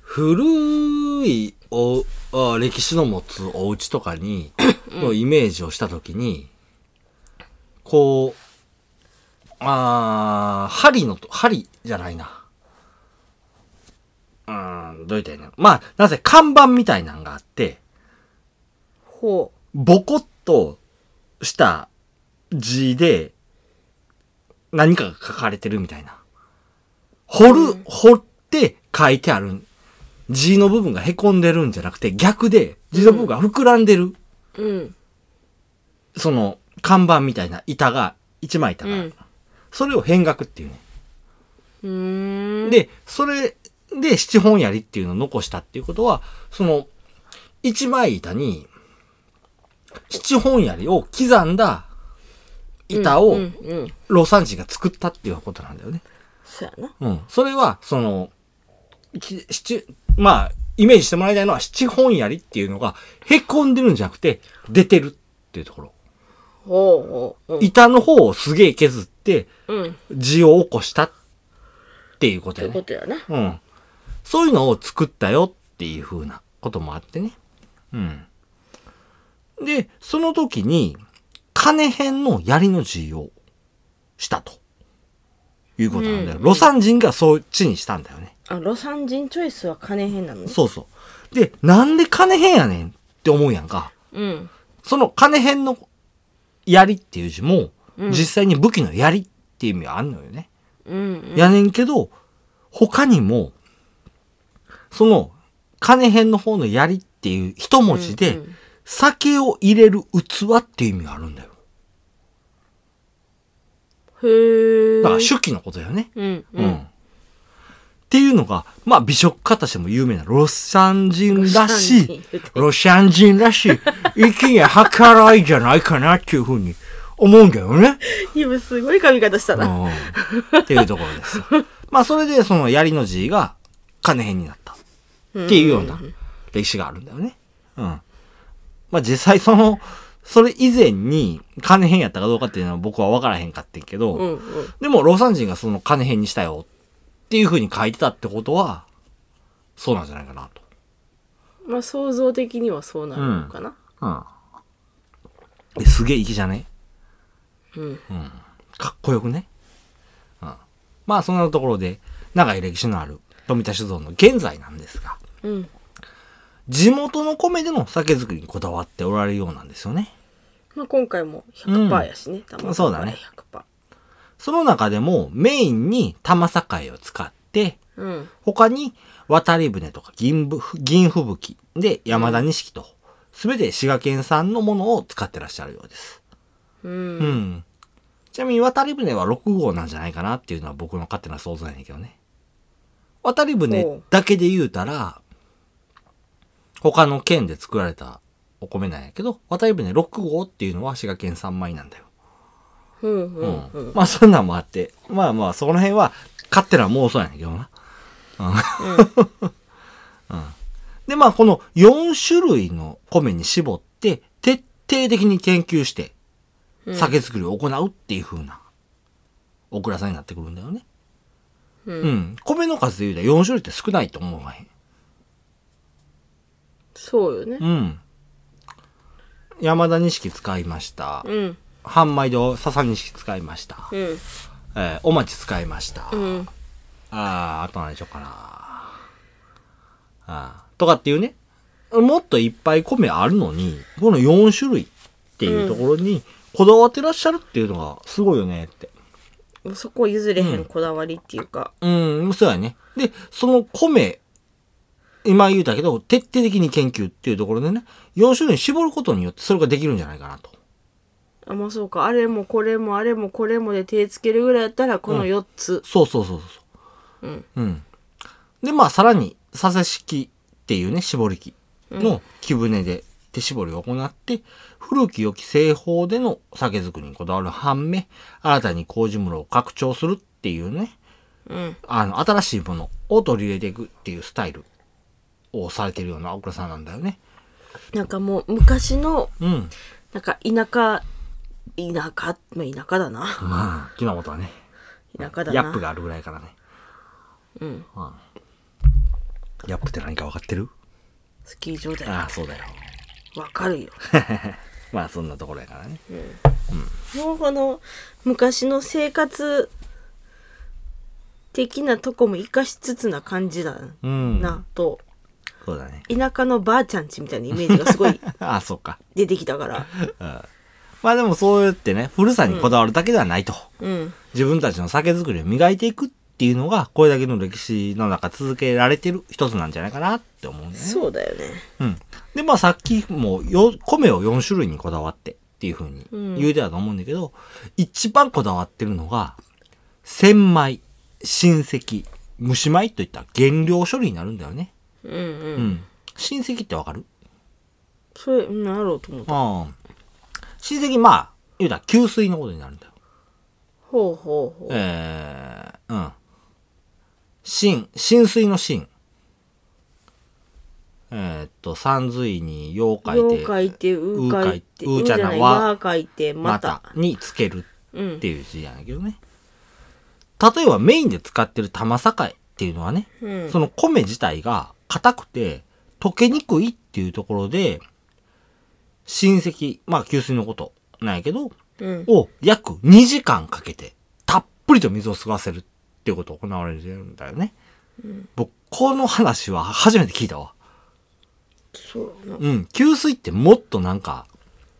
S1: 古いおあ歴史の持つお家とかに、のイメージをしたときに、こう、あー針のと、針じゃないな。うーん、どう言ったらいいのまあ、なぜ看板みたいなんがあって、
S2: ほ
S1: ボコッとした字で何かが書かれてるみたいな。掘る、
S2: うん
S1: 掘って書いてある。字の部分が凹んでるんじゃなくて逆で字の部分が膨らんでる、
S2: ううん
S1: その看板みたいな板が、一枚板
S2: う
S1: が、
S2: ん
S1: それを変額っていうね。
S2: うーん
S1: で、それで七本槍っていうのを残したっていうことは、その、一枚板に、七本槍を刻んだ板
S2: う
S1: を
S2: んうん
S1: 魯山人が作ったっていうことなんだよね。
S2: そうやな
S1: うん。それは、その、き七、まあ、イメージしてもらいたいのは七本槍っていうのが、凹んでるんじゃなくて、出てるっていうところ。
S2: ほうほううん
S1: 板の方をすげえ削って、
S2: うん
S1: 字を起こしたっていうこと
S2: とい
S1: や
S2: う
S1: ね
S2: こ。とやな
S1: うん。そういうのを作ったよっていう風なこともあってね。うん。で、その時に、金編の槍の字をしたと。いうことなんだよ。
S2: うん
S1: 魯山人がそっちにしたんだよね。
S2: あ、ロサン人チョイスは金編なのね。
S1: そうそう。で、なんで金編やねんって思うやんか。
S2: うん。
S1: その金編の槍っていう字も、
S2: うん
S1: 実際に武器の槍っていう意味はあんのよね。
S2: うん、うん。
S1: やねんけど、他にも、その金編の方の槍っていう一文字で、
S2: うんうん
S1: 酒を入れる器っていう意味があるんだよ。
S2: へー。
S1: だから手記のことだよね。
S2: うん、う
S1: うん。
S2: ん。
S1: っていうのが、まあ美食家としても有名なロシャン人らしい、ロシャン人らしい、息に計らいじゃないかなっていうふうに思うんだよね。
S2: 今すごい髪型したな。
S1: うんっていうところです。まあそれでその槍の字が金編になったっていうような歴史があるんだよね。うん。まあ実際その、それ以前に金編やったかどうかっていうのは僕は分からへんかってんけど、
S2: うん、うん。
S1: でも、ロサン人がその金編にしたよっていう風に書いてたってことは、そうなんじゃないかなと。
S2: まあ想像的にはそうなるのかな。
S1: うん。え、すげえ粋じゃね
S2: うん。
S1: かっこよくねうん。まあ、そんなところで、長い歴史のある富田酒造の現在なんですが、
S2: うん。
S1: 地元の米での酒造りにこだわっておられるようなんですよね。
S2: まあ今回も100%やしね、た
S1: そうだね
S2: 100%。
S1: その中でもメインに玉境を使って、
S2: うん。
S1: 他に渡り船とか銀ぶ銀吹雪で山田錦と、すべて滋賀県産のものを使ってらっしゃるようです。
S2: う。
S1: うんん。ちなみに渡り船は6号なんじゃないかなっていうのは僕の勝手な想像なんやけどね。渡り船だけで言うたら、他の県で作られたお米なんやけど、渡り船6号っていうのは滋賀県産米なんだよ。
S2: うん。うん。うん。
S1: まあそんなんもあって、まあまあその辺は勝手な妄想やねんけどな。うん。うんでまあこの4種類の米に絞って徹底的に研究して酒造りを行うっていう風なお蔵さんになってくるんだよね。
S2: うん
S1: ん米の数で言うと4種類って少ないと思わへん。
S2: そうよね。
S1: うん。山田錦使いました。
S2: うん。
S1: 半米堂笹錦使いました。
S2: うん。
S1: えー、お町使いました。
S2: うん。
S1: ああ、あと何でしょうかな。ああー、とかっていうね。もっといっぱい米あるのに、この4種類っていうところに、こだわってらっしゃるっていうのがすごいよねって。
S2: もうそこ譲れへんこだわりっていうか。
S1: うん、そうやね。で、その米、今言うたけど、徹底的に研究っていうところでね、4種類に絞ることによってそれができるんじゃないかなと。
S2: あ、まあそうか。あれもこれもあれもこれもで手つけるぐらいやったら、この4つ。
S1: そうそうそうそう。
S2: うん。
S1: うん。で、まあ、さらに、サセ式っていうね、絞り機の木舟で手絞りを行って、古き良き製法での酒造りにこだわる反面、新たに麹室を拡張するっていうね、
S2: うん。
S1: あの、新しいものを取り入れていくっていうスタイルをされてるような大倉さんなんだよね。
S2: なんかもう昔の、
S1: うん。
S2: なんか田舎、田舎、まあ田舎だな。
S1: まあ、木のことはね、
S2: 田舎だな。
S1: ヤップがあるぐらいからね。
S2: うん。
S1: ヤップって何か分かってる
S2: スキー場だよ。
S1: ああ、そうだよ。
S2: わかるよ。
S1: まあ、そんなところやからね。
S2: もうこの昔の生活的なとこも生かしつつな感じだ
S1: うん。
S2: なと、
S1: そうだね。 <laughs>
S2: 田舎のばあちゃんちみたいなイメージがすごい
S1: ああ、そうか。
S2: 出てきたから。
S1: まあでもそうやってね、古さにこだわるだけではないと。
S2: うん。
S1: 自分たちの酒造りを磨いていくっていうのが、これだけの歴史の中続けられてる一つなんじゃないかなって思うね。
S2: そうだよね。
S1: うん。で、まあさっきもよ、米を4種類にこだわってっていうふうに
S2: うん
S1: 言うてたと思うんだけど、一番こだわってるのが、千枚、親戚、虫米といった原料処理になるんだよね。
S2: うんうん。
S1: うん。親戚ってわかる
S2: それ、うん、なろうと思った。
S1: ああ。親戚、まあ、言うたら給水のことになるんだよ。
S2: ほうほうほう。
S1: えー、うん。浸、浸水の浸。えーっと、山水に陽書い
S2: よ
S1: て、
S2: 書いて、う書いて、
S1: う
S2: う
S1: じ
S2: じ
S1: ゃ
S2: ゃ
S1: な
S2: ない、
S1: わ
S2: わ書いて、ま
S1: ま
S2: た
S1: た。につける
S2: うん
S1: って。いう字やねんけどね。例えばメインで使ってる玉境っていうのはね、
S2: うん
S1: その米自体が硬くて溶けにくいっていうところで、親戚、まあ給水のことなんやけど、
S2: うん。
S1: を約2時間かけてたっぷりと水を吸わせるっっていうことを行われてるんだよね。
S2: うん
S1: 僕、この話は初めて聞いたわ。
S2: そうやな
S1: うん。給水ってもっとなんか、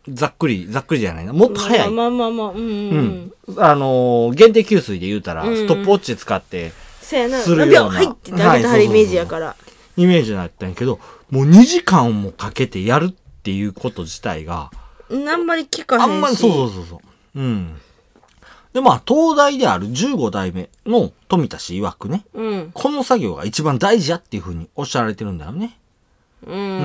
S1: ざっくり、ざっくりじゃないな。もっと早い。
S2: まあまあまあまあうんうん、う
S1: うんん、あのー限定給水で言うたら、
S2: うんう
S1: ス
S2: ん
S1: トップウォッチ使って
S2: せやな
S1: する
S2: 何
S1: よ
S2: 秒
S1: うな
S2: 入ってってあげては
S1: は
S2: る
S1: い
S2: イメージやから、
S1: イメージだったんやけどもう2時間もかけてやるっていうこと自体が
S2: うんあんまり聞かへんし
S1: あんまりそうそうそうそううんでまあ東大である15代目の富田氏曰くね
S2: ううん
S1: この作業が一番大事やっていうふうにおっしゃられてるんだよね
S2: うんう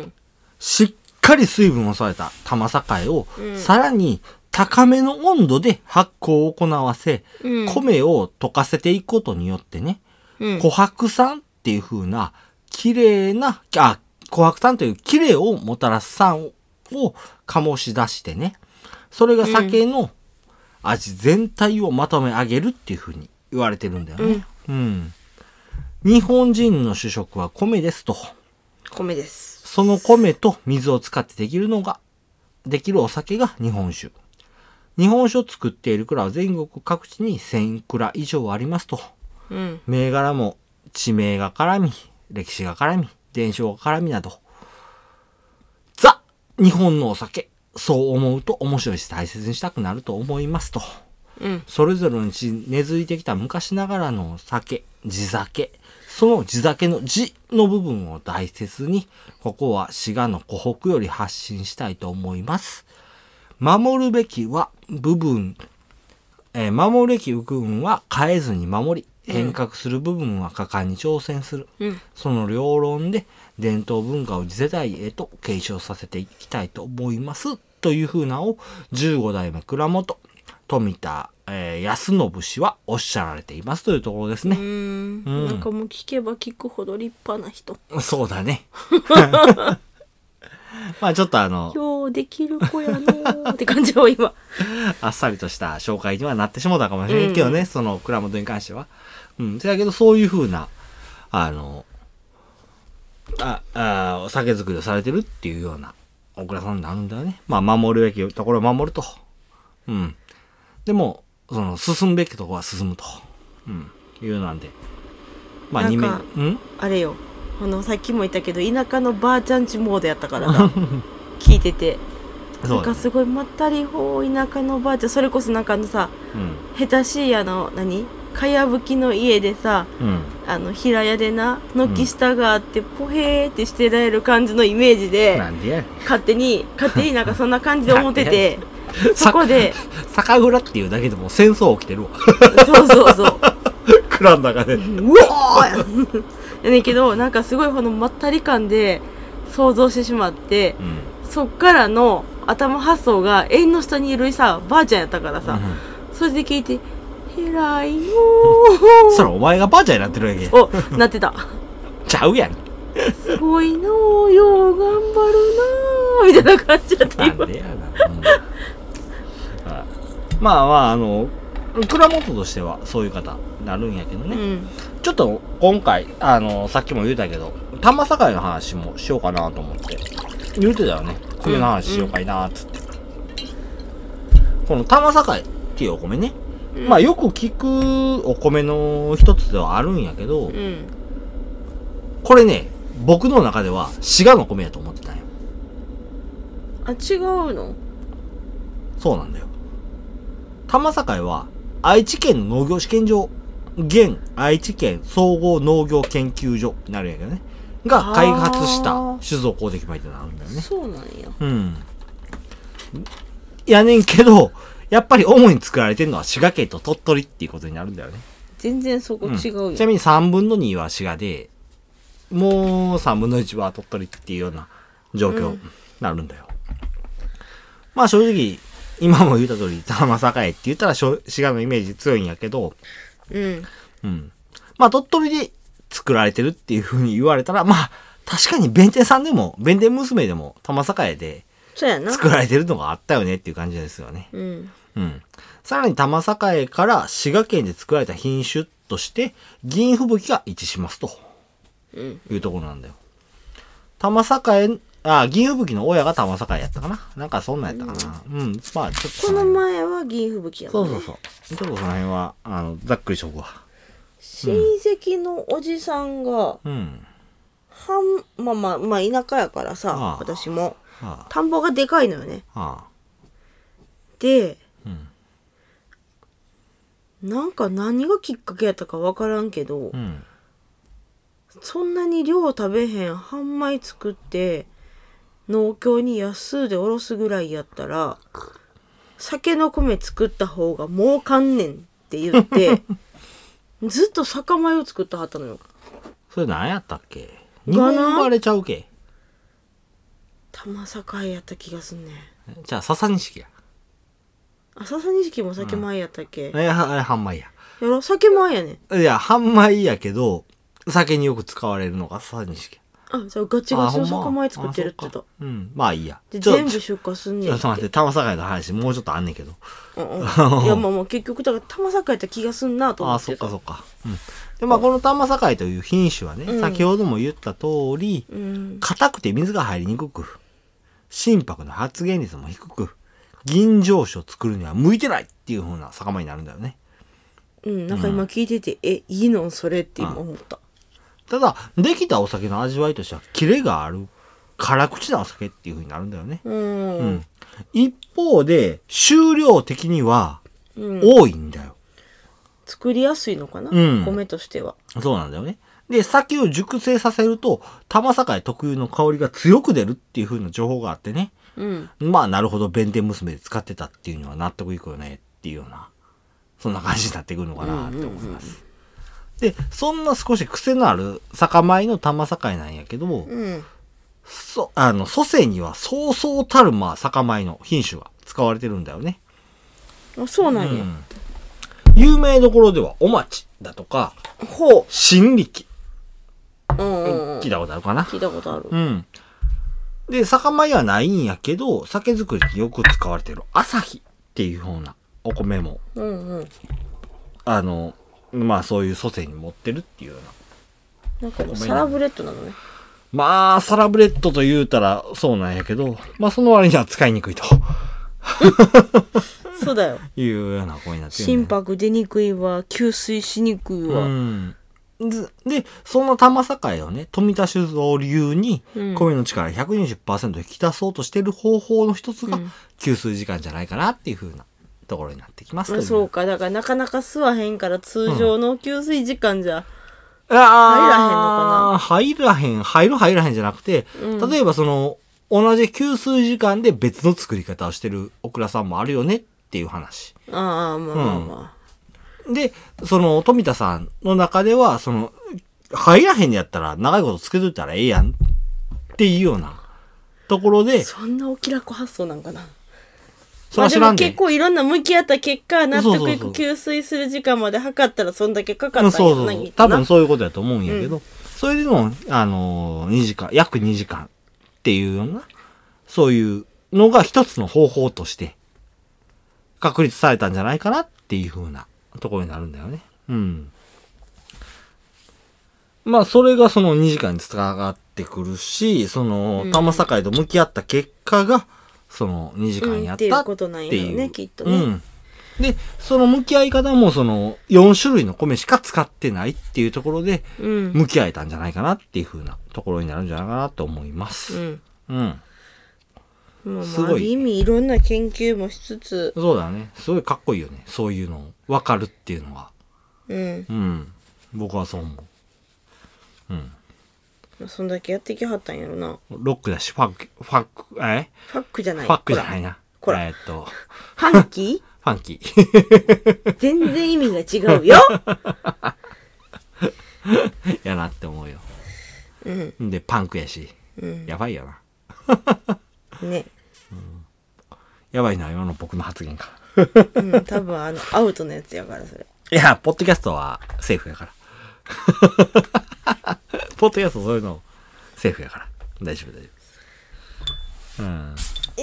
S2: ん
S1: しっかり水分を抑えた玉栄を、
S2: うん
S1: さらに高めの温度で発酵を行わせ、
S2: うん
S1: 米を溶かせていくことによってね、
S2: うん
S1: 琥珀酸っていう風な、綺麗な、あ、琥珀酸という綺麗をもたらす酸を醸し出してね、それが酒の味全体をまとめ上げるっていう風に言われてるんだよね。うん。日本人の主食は米ですと。
S2: 米です
S1: その米と水を使ってできるのが、できるお酒が日本酒。日本酒を作っている蔵は全国各地に1000蔵以上ありますと。
S2: うん
S1: 銘柄も地名が絡み、歴史が絡み、伝承が絡みなど。ザ日本のお酒そう思うと面白いし大切にしたくなると思いますと。
S2: うん
S1: それぞれの地に根付いてきた昔ながらの酒、地酒。その地酒の地の部分を大切に、ここは滋賀の湖北より発信したいと思います。守るべきは部分、えー守るべき部分は変えずに守り、変革する部分は果敢に挑戦する。
S2: うん
S1: その両論で伝統文化を次世代へと継承させていきたいと思います。というふうなを15代目蔵元、富田、えー安信氏はおっしゃられていますというところです
S2: う
S1: ね。
S2: ん
S1: うん
S2: なんかもう聞けば聞くほど立派な人
S1: そうだ
S2: <laughs>
S1: ね。まあちょっとあの、
S2: ようできる子やのーって感じを今
S1: あっさりとした紹介にはなってしもうたかもしれんけどね、その蔵元に関しては。うん。せやけど、そういうふうな、あの、あ、あお酒造りをされてるっていうような、お蔵さんになるんだよね。まあ、守るべきところを守ると。うん。でも、その、進むべきところは進むと。うん。いうなんで。まあ、
S2: なん
S1: 二面
S2: か、
S1: うん
S2: あれよあのさっきも言ったけど田舎のばあちゃんちモードやったからな <laughs> 聞いてて
S1: そ
S2: な
S1: うんだ
S2: か
S1: ね。
S2: すごいまったりほう田舎のばあちゃんそれこそなんかあのさ
S1: うん。
S2: 下手しいあの何かやぶきの家でさ
S1: うん。
S2: あの平屋でな軒下があってポヘーってしてられる感じのイメージで、
S1: なんでやねん
S2: 勝手に勝手になんかそん
S1: <laughs>
S2: な感じで思っててそ
S1: さ <laughs>
S2: こで
S1: 酒蔵っていうだけでもう戦争起きてるわ。 <laughs>
S2: そうそうそう
S1: 蔵の中で。
S2: うおーやねんけどなんかすごいこのまったり感で想像してしまって
S1: うん。
S2: そっからの頭発想が縁の下にいるさばあちゃんやったからさ、
S1: うん
S2: それで聞いて「偉いよ
S1: そしたらお前がばあちゃんになってるやんけ
S2: ー」。おなってた
S1: ちゃうやん。
S2: 「すごいなーよう頑張るなー」みたいな感じだった
S1: なん
S2: 今
S1: でやな。うんあまあまあ、あの、蔵元としてはそういう方になるんやけど
S2: う
S1: ね。
S2: ん
S1: ちょっと今回、あの、さっきも言うたけど、玉境の話もしようかなと思って。言うてたよね。米の話しようかいなーっつって。この玉境っていうお米ね。まあよく聞くお米の一つではあるんやけど、
S2: うん
S1: これね、僕の中では滋賀の米やと思ってたんよ。
S2: あ違うの
S1: そうなんだよ。玉境は愛知県の農業試験場、現愛知県総合農業研究所になるんやけどね。が開発した酒造公的米ってなるんだよね。
S2: そうなんや
S1: うん。やねんけど、やっぱり主に作られてるのは滋賀県と鳥取っていうことになるんだよね。
S2: 全然そこ
S1: うん
S2: 違うよ、
S1: ちなみに3分の2は滋賀で、もう3分の1は鳥取っていうような状況になるんだよ。まあ正直、今も言った通り、玉境って言ったらしょ滋賀のイメージ強いんやけど、
S2: うん
S1: うん。まあ鳥取で作られてるっていう風に言われたら、まあ確かに弁天さんでも、弁天娘でも玉境で
S2: そうやな
S1: 作られてるのがあったよねっていう感じですよね。
S2: うん
S1: うん。さらに玉境から滋賀県で作られた品種として、銀吹雪が一致しますと
S2: うん
S1: いうところなんだよ。玉境、あ、銀吹雪の親が玉境やったかななんかそんなんやったかな。うん。まあ、ちょっと
S2: こ
S1: その
S2: の
S1: 辺。
S2: 前は銀吹雪や
S1: そ
S2: もん
S1: う
S2: ね
S1: そうそう。ちょっとその辺は、あの、ざっくりしとくわ。
S2: 親戚のおじさんが、
S1: うん。
S2: はん、まあまあ、まあ田舎やからさ、
S1: ああ
S2: 私も。
S1: は
S2: 田んぼがでかいのよね。
S1: あ、はあ。
S2: で、
S1: うん。
S2: なんか何がきっかけやったかわからんけど、
S1: うん。
S2: そんなに量食べへん半米作って農協に安うでおろすぐらいやったら酒の米作った方が儲かんねんって言って
S1: <laughs>
S2: ずっと酒米を作ってはったのよ
S1: それ何やったっけ
S2: がな
S1: 日本生まれちゃうけ。
S2: 玉栄やった気がすんねん
S1: じゃあ、笹錦や。
S2: 浅さ錦も酒米やったっけ、
S1: え、あれ、半米
S2: やろ酒米やねん
S1: や。いや、半米やけど、酒によく使われるのが笹錦や。
S2: あじゃあガチガチの酒米作ってるって言ってた
S1: あほんまあそっかうん。まあいいや。
S2: で
S1: ちょ
S2: 全部
S1: ちょ
S2: 出荷すんね
S1: ち
S2: ん
S1: ょ
S2: っ
S1: っと待ってて、玉境の話、もうちょっとあんねんけど。
S2: うんうん、いやまあまあ結局だから玉栄やった気がすんなと
S1: あ
S2: 思
S1: あ、
S2: っ
S1: そって
S2: た
S1: かそっか。うん。で、まあ、この玉境という品種はね、
S2: うん
S1: 先ほども言った通り、
S2: うん
S1: 硬くて水が入りにくく、心拍の発現率も低く、銀醸酒を作るには向いてないっていう風な酒米になるんだよね。
S2: うん、なんか今聞いてて、え、いいのそれって今思った。
S1: ただ、できたお酒の味わいとしては、キレがある、辛口なお酒っていう風になるんだよね。
S2: うー。
S1: うんん。一方で、収量的には、
S2: うん
S1: 多いんだよ。
S2: 作りやすいのかな、
S1: うん
S2: 米としては。
S1: そうなんだよね。で、酒を熟成させると、玉境特有の香りが強く出るっていう風な情報があってね。
S2: うん。
S1: まあ、なるほど、弁天娘で使ってたっていうのは納得いくよねっていうような、そんな感じになってくるのかなって思います。で、そんな少し癖のある酒米の玉境なんやけど、
S2: うん。
S1: そ、あの、蘇生にはそうそうたる、まあ、酒米の品種が使われてるんだよね。
S2: あそうなんや。
S1: 有名どころでは、お待ちだとか、
S2: ほ
S1: 新力。
S2: う。うんうんうん。
S1: 聞いたことあるかな。
S2: 聞いたことある
S1: う。ん。で、酒米はないんやけど、酒造りによく使われてる朝日っていうようなお米も、
S2: うんうん。
S1: あの、まあそういう蘇生に持ってるっていうような。
S2: なんかサラブレッドなのね。
S1: まあ、サラブレッドと言うたらそうなんやけど、まあその割には使いにくいと
S2: そうだ
S1: <laughs>
S2: よ。
S1: いうような声になってるよね、
S2: 心拍出にくいわ、吸水しにくいわ。
S1: うん。で、でその玉境をね、富田酒造流に、
S2: うん
S1: 米の力120%引き出そうとしてる方法の一つが
S2: うん、
S1: 吸水時間じゃないかなっていう風なところになってきます
S2: あ
S1: とい
S2: そうか。だからなかなか吸わへんから通常の給水時間じゃ。
S1: ああ、入らへんのかな入らへん、入る入らへんじゃなくて、
S2: うん
S1: 例えばその、同じ給水時間で別の作り方をしてるオクラさんもあるよねっていう話。
S2: ああ、まあまあま
S1: で、その、富田さんの中では、その、入らへんやったら長いことつけといたらええやんっていうようなところ
S2: あ。
S1: で、
S2: そんなお気楽発想なんかな。
S1: そら知らん
S2: まあ、でも
S1: で
S2: 結。構いろんな向き合った結果納
S1: そう
S2: 得
S1: そ
S2: いうく
S1: そう
S2: 吸水する時間まで測ったらそんだけかか
S1: うん
S2: ったん
S1: そう
S2: や
S1: そ
S2: ろ
S1: う
S2: な
S1: そう。
S2: きっと
S1: 多
S2: な
S1: 分そういうことやと思うんやけど、それでも、あのー、2時間、約2時間っていうような、そういうのが一つの方法として、確立されたんじゃないかなっていうふうなところになるんだよね。うん。まあ、それがその2時間につながってくるし、その
S2: うん、
S1: 玉境と向き合った結果が、その2時間やった
S2: うんっていうことなんやろうねきっとね
S1: うん。で、その向き合い方も、その、4種類の米しか使ってないっていうところで、
S2: うん、
S1: 向き合えたんじゃないかなっていう風なところになるんじゃないかなと思いま
S2: う
S1: す。
S2: ん
S1: うん。
S2: まあ
S1: す
S2: まあ、
S1: ごい
S2: ある意味いろんな研究もしつつ、
S1: そうだね。すごいかっこいいよね。そういうのを分かるっていうのは。
S2: うん
S1: うん。僕はそう思う。うん。
S2: まあ、そんだけやってきはったんやろな
S1: ロックだし、ファック、ファック、え
S2: ファックじゃない
S1: ファックじゃないな。
S2: こら
S1: えーっと、
S2: ほらファンキ
S1: ファンキー。 <laughs>
S2: ー全然意味が違うよ、
S1: やなって思うよ。
S2: うん
S1: で、パンクやし。
S2: うん、
S1: やばいよな。
S2: ね、
S1: やばいな、今の僕の発言か。
S2: うん、多分あのアウトのやつやからそれ
S1: いや、ポッドキャストはセーフやから。 <laughs> ポッドキャストそういうのセーフやから。大丈夫、大丈夫。うん。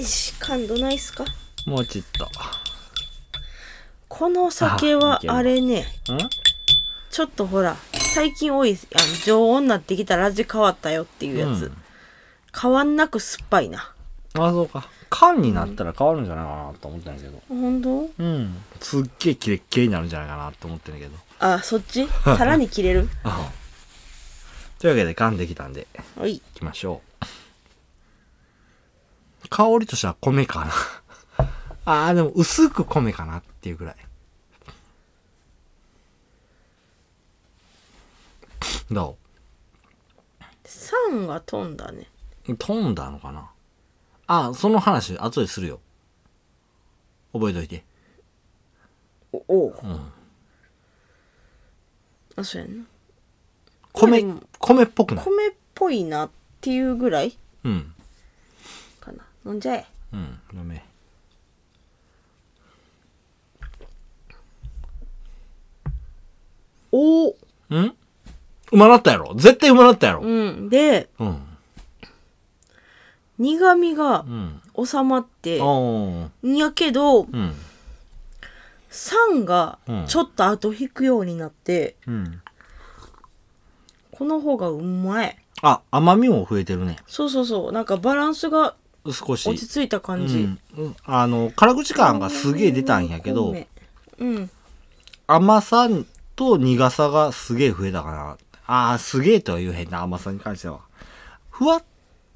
S2: よし感度ないっすか
S1: もうちょっ
S2: この酒
S1: あ
S2: はい
S1: ける
S2: あれね
S1: と。ん
S2: ちょっとほら最近多いあの常温になってきたら味変わったよっていうやつ、
S1: うん
S2: 変わんなく酸っぱいな
S1: あそうか缶になったら変わるんじゃないかなと思ったんやけど
S2: 本当
S1: うんすっげえキレッキレになるんじゃないかなと思ってんだけど
S2: あそっ <laughs> ちさらに切れる
S1: あというわけで缶できたんで
S2: おい
S1: いきましょう香りとしては米かなああでも薄く米かなっていうぐらいど
S2: 酸が飛んだね
S1: う飛んだのかなあその話後でするよ覚えといて
S2: おおう、あそうやんな
S1: 米
S2: うん
S1: 米っぽくない
S2: 米っぽいなっていうぐらい
S1: うん
S2: かな飲んじゃえ
S1: うん飲め
S2: おお
S1: うんうまなったやろ絶対うまなったやろ
S2: うんで
S1: うん
S2: 苦味が
S1: うん
S2: 収まって、
S1: おー
S2: ん、やけど
S1: うん
S2: 酸が
S1: うん
S2: ちょっと後引くようになって、
S1: うん
S2: この方がうまい
S1: あ甘みも増えてるね
S2: そうそうそうなんかバランスが
S1: 少し
S2: 落ち着いた感じ、
S1: うんうん、あの辛口感がすげえ出たんやけど
S2: うん
S1: 甘さと苦さがすげえ増えたかなああすげえとは言えへんな甘さに関してはふわっ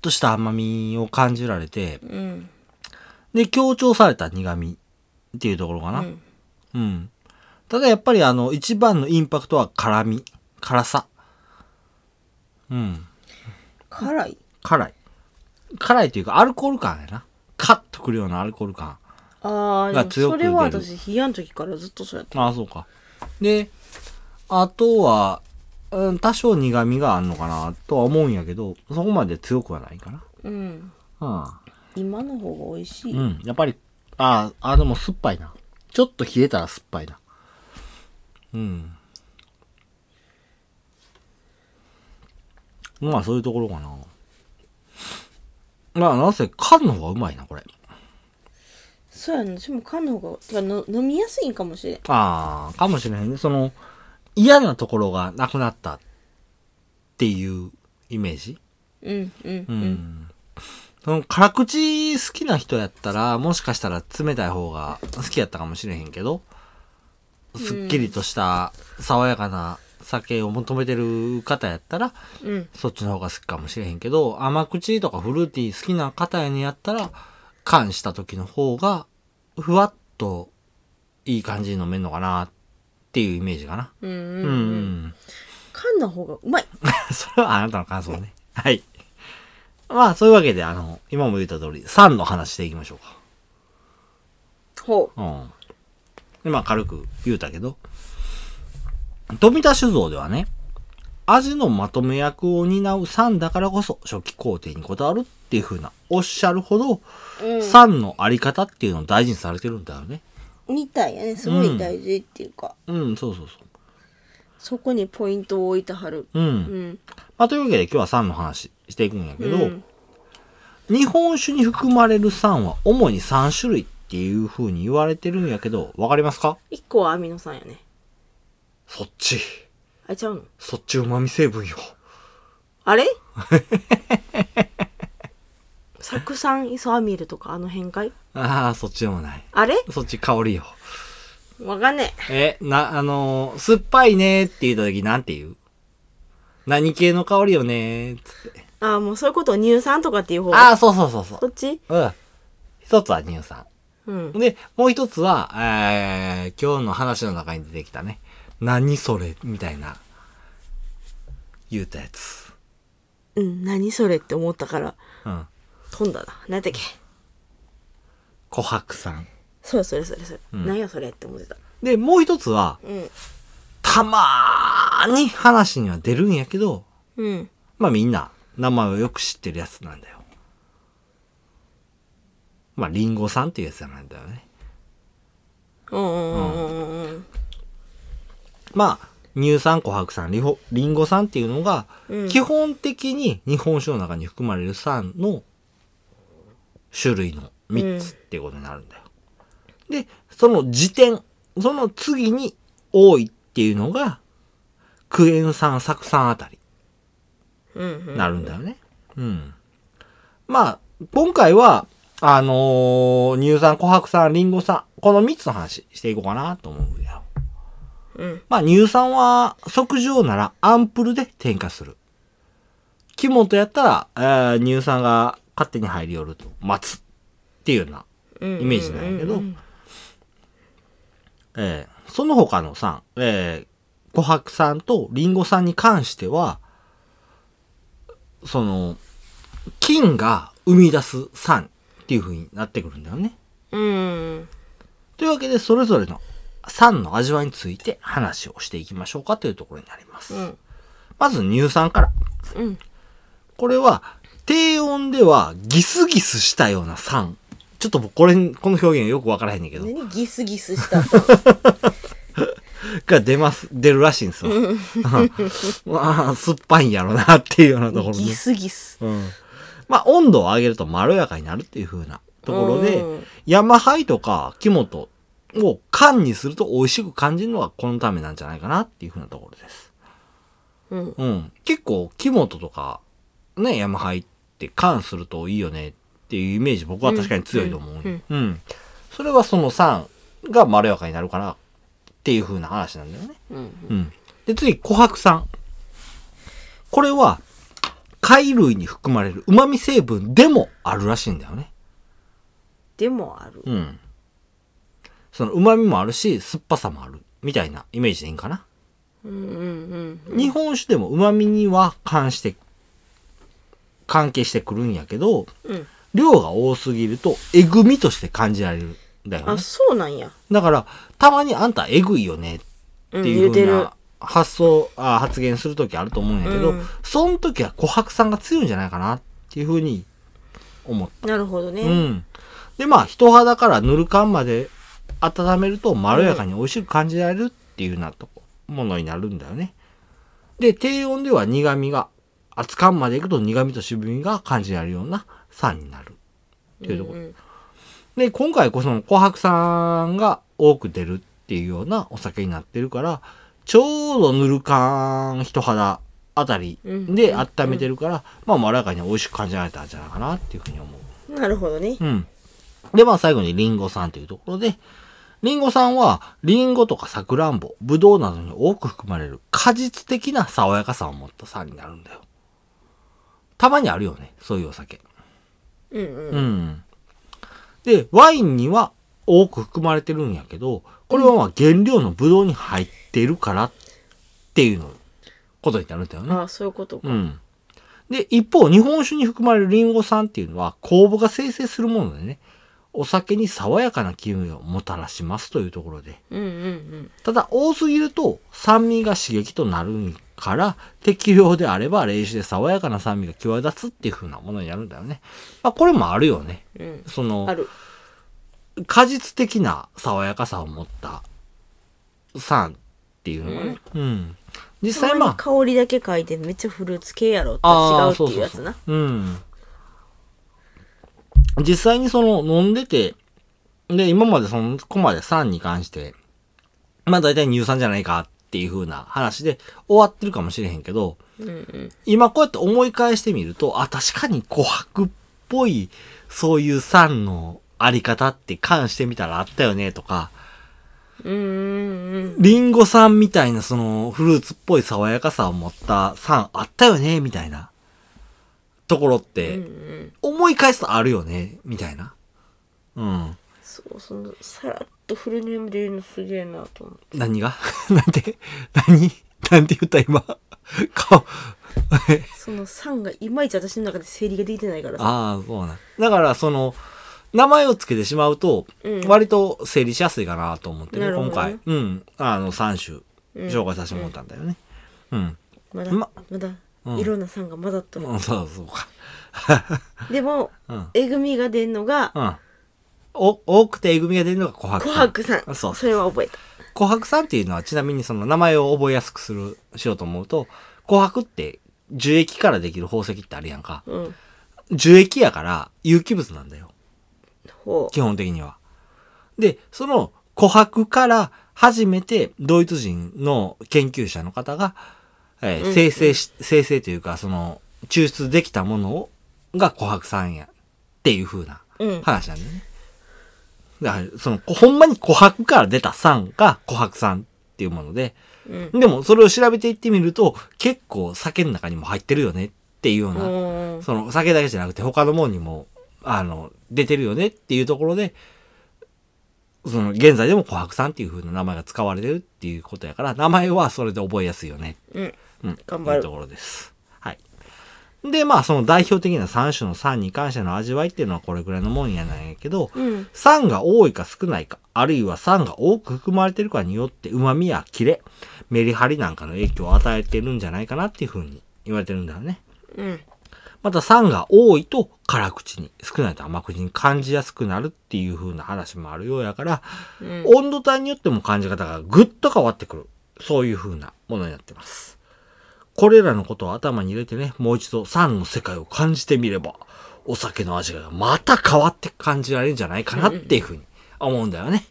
S1: とした甘みを感じられて
S2: うん
S1: で強調された苦みっていうところか
S2: う
S1: なうん、
S2: ん
S1: ただやっぱりあの一番のインパクトは辛み辛さうん
S2: 辛い
S1: 辛い辛いというかアルコール感やなカッとくるようなアルコール感
S2: ああ
S1: が
S2: でも
S1: 強く
S2: それは
S1: 出る
S2: 私冷やの時からずっとそうやった
S1: ああ、そうか。で、あとは、うん、多少苦味があるのかなとは思うんやけど、そこまで強くはないか
S2: うん
S1: な。
S2: 今の方が美味し
S1: う
S2: い、
S1: ん。うん。やっぱり、ああ、あでも酸っぱいな。ちょっと冷えたら酸っぱいな。うん。まあ、そういうところかな。まあ、なんせ、缶の方がうまいな、これ。
S2: そうやねでも缶の方がてかの飲みやすいんかもしれん
S1: ああ、かもしれへんね。その、嫌なところがなくなったっていうイメージ
S2: うんうんう、
S1: うんん。その、辛口好きな人やったら、もしかしたら冷たい方が好きやったかもしれへんけど、すっきりとした爽やかな酒を求めてる方やったら、
S2: うん
S1: そっちの方が好きかもしれへんけど、甘口とかフルーティー好きな方やねやったら、缶した時の方が、ふわっといい感じに飲めんのかなっていうイメージかな。
S2: うん
S1: う、
S2: うんん
S1: う
S2: うん
S1: ん。 <laughs>
S2: 缶の方がうまい
S1: それはあなたの感想ね。はい。まあ、そういうわけで、あの、今も言った通り、3の話していきましょうか。
S2: ほ
S1: うん。で、まあ軽く言うたけど、富田酒造ではね、味のまとめ役を担う酸だからこそ初期工程にこだわるっていうふうなおっしゃるほど、
S2: うん
S1: 酸のあり方っていうのを大事にされてるんだよね。
S2: うみたいやねすごい大事っていうか、
S1: うん、そうそうそ
S2: そこにポイントを置いてはる
S1: う。うん。
S2: うん
S1: まあというわけで今日は酸の話していくんやけど、
S2: うん
S1: 日本酒に含まれる酸は主に3種類っていうふうに言われてるんやけど、わかりますか
S2: 一個はアミノ酸やね
S1: そっち。
S2: あちゃうの
S1: そっち旨味成分よ。
S2: あれ <laughs> 酢酸イソアミルとかあの辺かい
S1: ああ、そっちでもない。
S2: あれ
S1: そっち香りよ。
S2: わかんね
S1: え、な、あのー酸っぱいねーって言った時なんて言う何系の香りよねーっつって。
S2: えああもうそういうことを乳酸とかっていう方
S1: ああ、そうそうそうそ
S2: そっち
S1: う。うん。一つは乳酸。
S2: うん
S1: で、もう一つは、えー、今日の話の中に出てきたね。何それみたいな、言うたやつ。
S2: うん何それって思ったから
S1: うん。
S2: 飛んだな何やったっけ
S1: 琥珀酸。
S2: それそれそれそれ、なん、何やそれって思ってた
S1: で、もう一つは、
S2: うん
S1: たまーに話には出るんやけど、
S2: うん
S1: まあみんな、名前をよく知ってるやつなんだよ。まあ、リンゴさんっていうやつなんだよね。
S2: うんうんうんうんうん
S1: まあ、乳酸、琥珀酸、リホリンゴ酸っていうのが、
S2: うん
S1: 基本的に日本酒の中に含まれる酸の種類の3つっていうことになるんだよ。で、その時点、その次に多いっていうのが、クエン酸、酢酸あたり。
S2: うんうん
S1: なるんだよね。うん。まあ、今回は、あのー乳酸、琥珀酸、リンゴ酸、この3つの話していこうかなと思うんだよ。
S2: うん。
S1: まあ、乳酸は測定ならアンプルで添加する。キモトやったら、えー乳酸が勝手に入り寄ると待つっていうような、
S2: うん
S1: イメージなんやけど
S2: うん
S1: えーその他の酸、えー琥珀酸とリンゴ酸に関しては、その、菌が生み出す酸っていう風になってくるんだよね。
S2: うん。
S1: というわけで、それぞれの酸の味わいについて話をしていきましょうかというところになります。
S2: うん。
S1: まず乳酸から。
S2: うん。
S1: これは、低温ではギスギスしたような酸。ちょっと僕これ、この表現よくわからへんねんけど、
S2: 何ギスギ
S1: <laughs>
S2: スした
S1: が出ます、出るらしいんですよ。 <laughs> うわあ、酸っぱいんやろなっていうようなところね
S2: ギ。スギス。
S1: うん。まあ、温度を上げるとまろやかになるっていう風なところで
S2: うん、
S1: ヤマハイとかキモトを缶にすると美味しく感じるのはこのためなんじゃないかなっていう風なところです。
S2: うん。
S1: うん。結構、キモトとか、ね、ヤマハイって缶するといいよねっていうイメージ僕は確かに強いと思う。うん。
S2: うん
S1: それはその酸がまろやかになるからっていう風な話なんだよね。
S2: うん。
S1: うん。で、次、琥珀酸。これは、貝類に含まれる旨味成分でもあるらしいんだよね。
S2: でもある。
S1: うん。その旨味もあるし、酸っぱさもある。みたいなイメージでいいんかな。
S2: うんうん
S1: 日本酒でも旨味には関して、関係してくるんやけど、
S2: うん。うん。
S1: 量が多すぎると、えぐみとして感じられるんだよ
S2: あ、
S1: ね。
S2: そうなんや。
S1: だから、たまにあんたえぐいよねっ
S2: うん、
S1: て
S2: 言
S1: いう
S2: うて
S1: 風
S2: る
S1: な。発想、あ発言するときあると思うんやけど、
S2: うん
S1: その時は琥珀酸が強いんじゃないかなっていうふうに思っ
S2: なるほどね。
S1: た。うん。で、まあ、人肌からぬる感まで温めるとまろやかに美味しく感じられるっていうようなとこ、ものになるんだよね。で、低温では苦味が、熱感までいくと苦味と渋みが感じられるような酸になる。っていうとこ
S2: んん
S1: で、今回こその琥珀酸が多く出るっていうようなお酒になってるから、ちょうどぬる感人肌あたりで
S2: うん
S1: 温めてるから、まあまろやかに美味しく感じられたんじゃないかなっていうふうに思う。
S2: なるほどね。
S1: うん。で、まあ最後にリンゴ酸というところで、リンゴ酸はリンゴとかサクランボ、ブドウなどに多く含まれる果実的な爽やかさを持った酸になるんだよ。たまにあるよね、そういうお酒。
S2: うんうん。
S1: うん。で、ワインには多く含まれてるんやけど、これはまあ原料のブドウに入ってるからっていうの、ことになるんだよね。
S2: あそういうことか。
S1: うん。で、一方、日本酒に含まれるリンゴ酸っていうのは酵母が生成するものでね、お酒に爽やかな気分をもたらしますというところで。
S2: うんうん
S1: ただ多すぎると酸味が刺激となるから適量であれば冷酒で爽やかな酸味が際立つっていう風なものになるんだよね。まあこれもあるよね。
S2: うん。うん。
S1: そ
S2: あ
S1: の
S2: る。
S1: 果実的な爽やかさを持った酸っていうのがね。うん。実際まあ。
S2: たまに香りだけ嗅いでめっちゃフルーツ系やろって
S1: あ
S2: 違
S1: あ
S2: うっていうやつ
S1: そう
S2: な。
S1: そうそううん。実際にその飲んでて、で、今までそのこまで酸に関して、まあ大体乳酸じゃないかっていう風な話で終わってるかもしれへんけど、
S2: うんうん。
S1: 今こうやって思い返してみると、あ、確かに琥珀っぽい、そういう酸のあり方って関してみたらあったよねとか、
S2: うんうん
S1: リンゴ酸みたいなそのフルーツっぽい爽やかさを持った酸あったよねみたいなところっ
S2: うん。う
S1: て、
S2: んうん。
S1: 思い返すとあるよね、みたいな。うん。
S2: そう、その、さらっとフルネームで言うのすげえなと思って。
S1: 何が <laughs> なんて何なんて言った今。顔。え
S2: その酸がいまいち私の中で整理ができてないからさ。
S1: ああ、そうなん。だから、その、名前をつけてしまうと
S2: うん、
S1: 割と整理しやすいかなと思ってね、
S2: なるほどね
S1: 今回。うん。あの、3
S2: う
S1: 種、
S2: ん
S1: 紹介させてもらったんだよね。うん。
S2: まだ、ま
S1: ま
S2: だ、
S1: うん
S2: いろんな酸が混ざっとる。
S1: うん、そうそうか。
S2: でも、
S1: うん。
S2: えぐみが出んのが、
S1: うん。お、多くてえぐみが出るのが琥珀
S2: 琥
S1: 酸。
S2: 珀酸。
S1: あそう
S2: それは覚えた。
S1: 琥珀酸っていうのはちなみにその名前を覚えやすくする、しようと思うと、琥珀って樹液からできる宝石ってあるやんか。
S2: うん。
S1: 樹液やから有機物なんだよ。
S2: ほ
S1: 基本的には。で、その琥珀から初めてドイツ人の研究者の方が、えー
S2: うん
S1: 生成し、生成というかその抽出できたものを、が琥珀酸や。っていう風な
S2: うん。
S1: 話なんだよね。だから、その、こほんまに琥珀から出た酸が琥珀酸っていうもので、
S2: うん。
S1: でもそれを調べていってみると、結構酒の中にも入ってるよねっていうような、
S2: うん
S1: その酒だけじゃなくて他のもんにも、あの、出てるよねっていうところで、その、現在でも琥珀酸っていう風な名前が使われてるっていうことやから、名前はそれで覚えやすいよね。
S2: うん。
S1: うん。
S2: 頑張る
S1: いうところです。はい。で、まあ、その代表的な3種の酸に関しての味わいっていうのはこれくらいのもんやないけど、
S2: うん。
S1: 酸が多いか少ないか、あるいは酸が多く含まれてるかによって、旨味やキレ、メリハリなんかの影響を与えてるんじゃないかなっていう風に言われてるんだよね。
S2: うん。
S1: また酸が多いと辛口に、少ないと甘口に感じやすくなるっていう風な話もあるようやから、
S2: うん
S1: 温度帯によっても感じ方がぐっと変わってくる。そういう風なものになってます。これらのことを頭に入れてね、もう一度酸の世界を感じてみれば、お酒の味がまた変わって感じられるんじゃないかなっていう風に思うんだよね。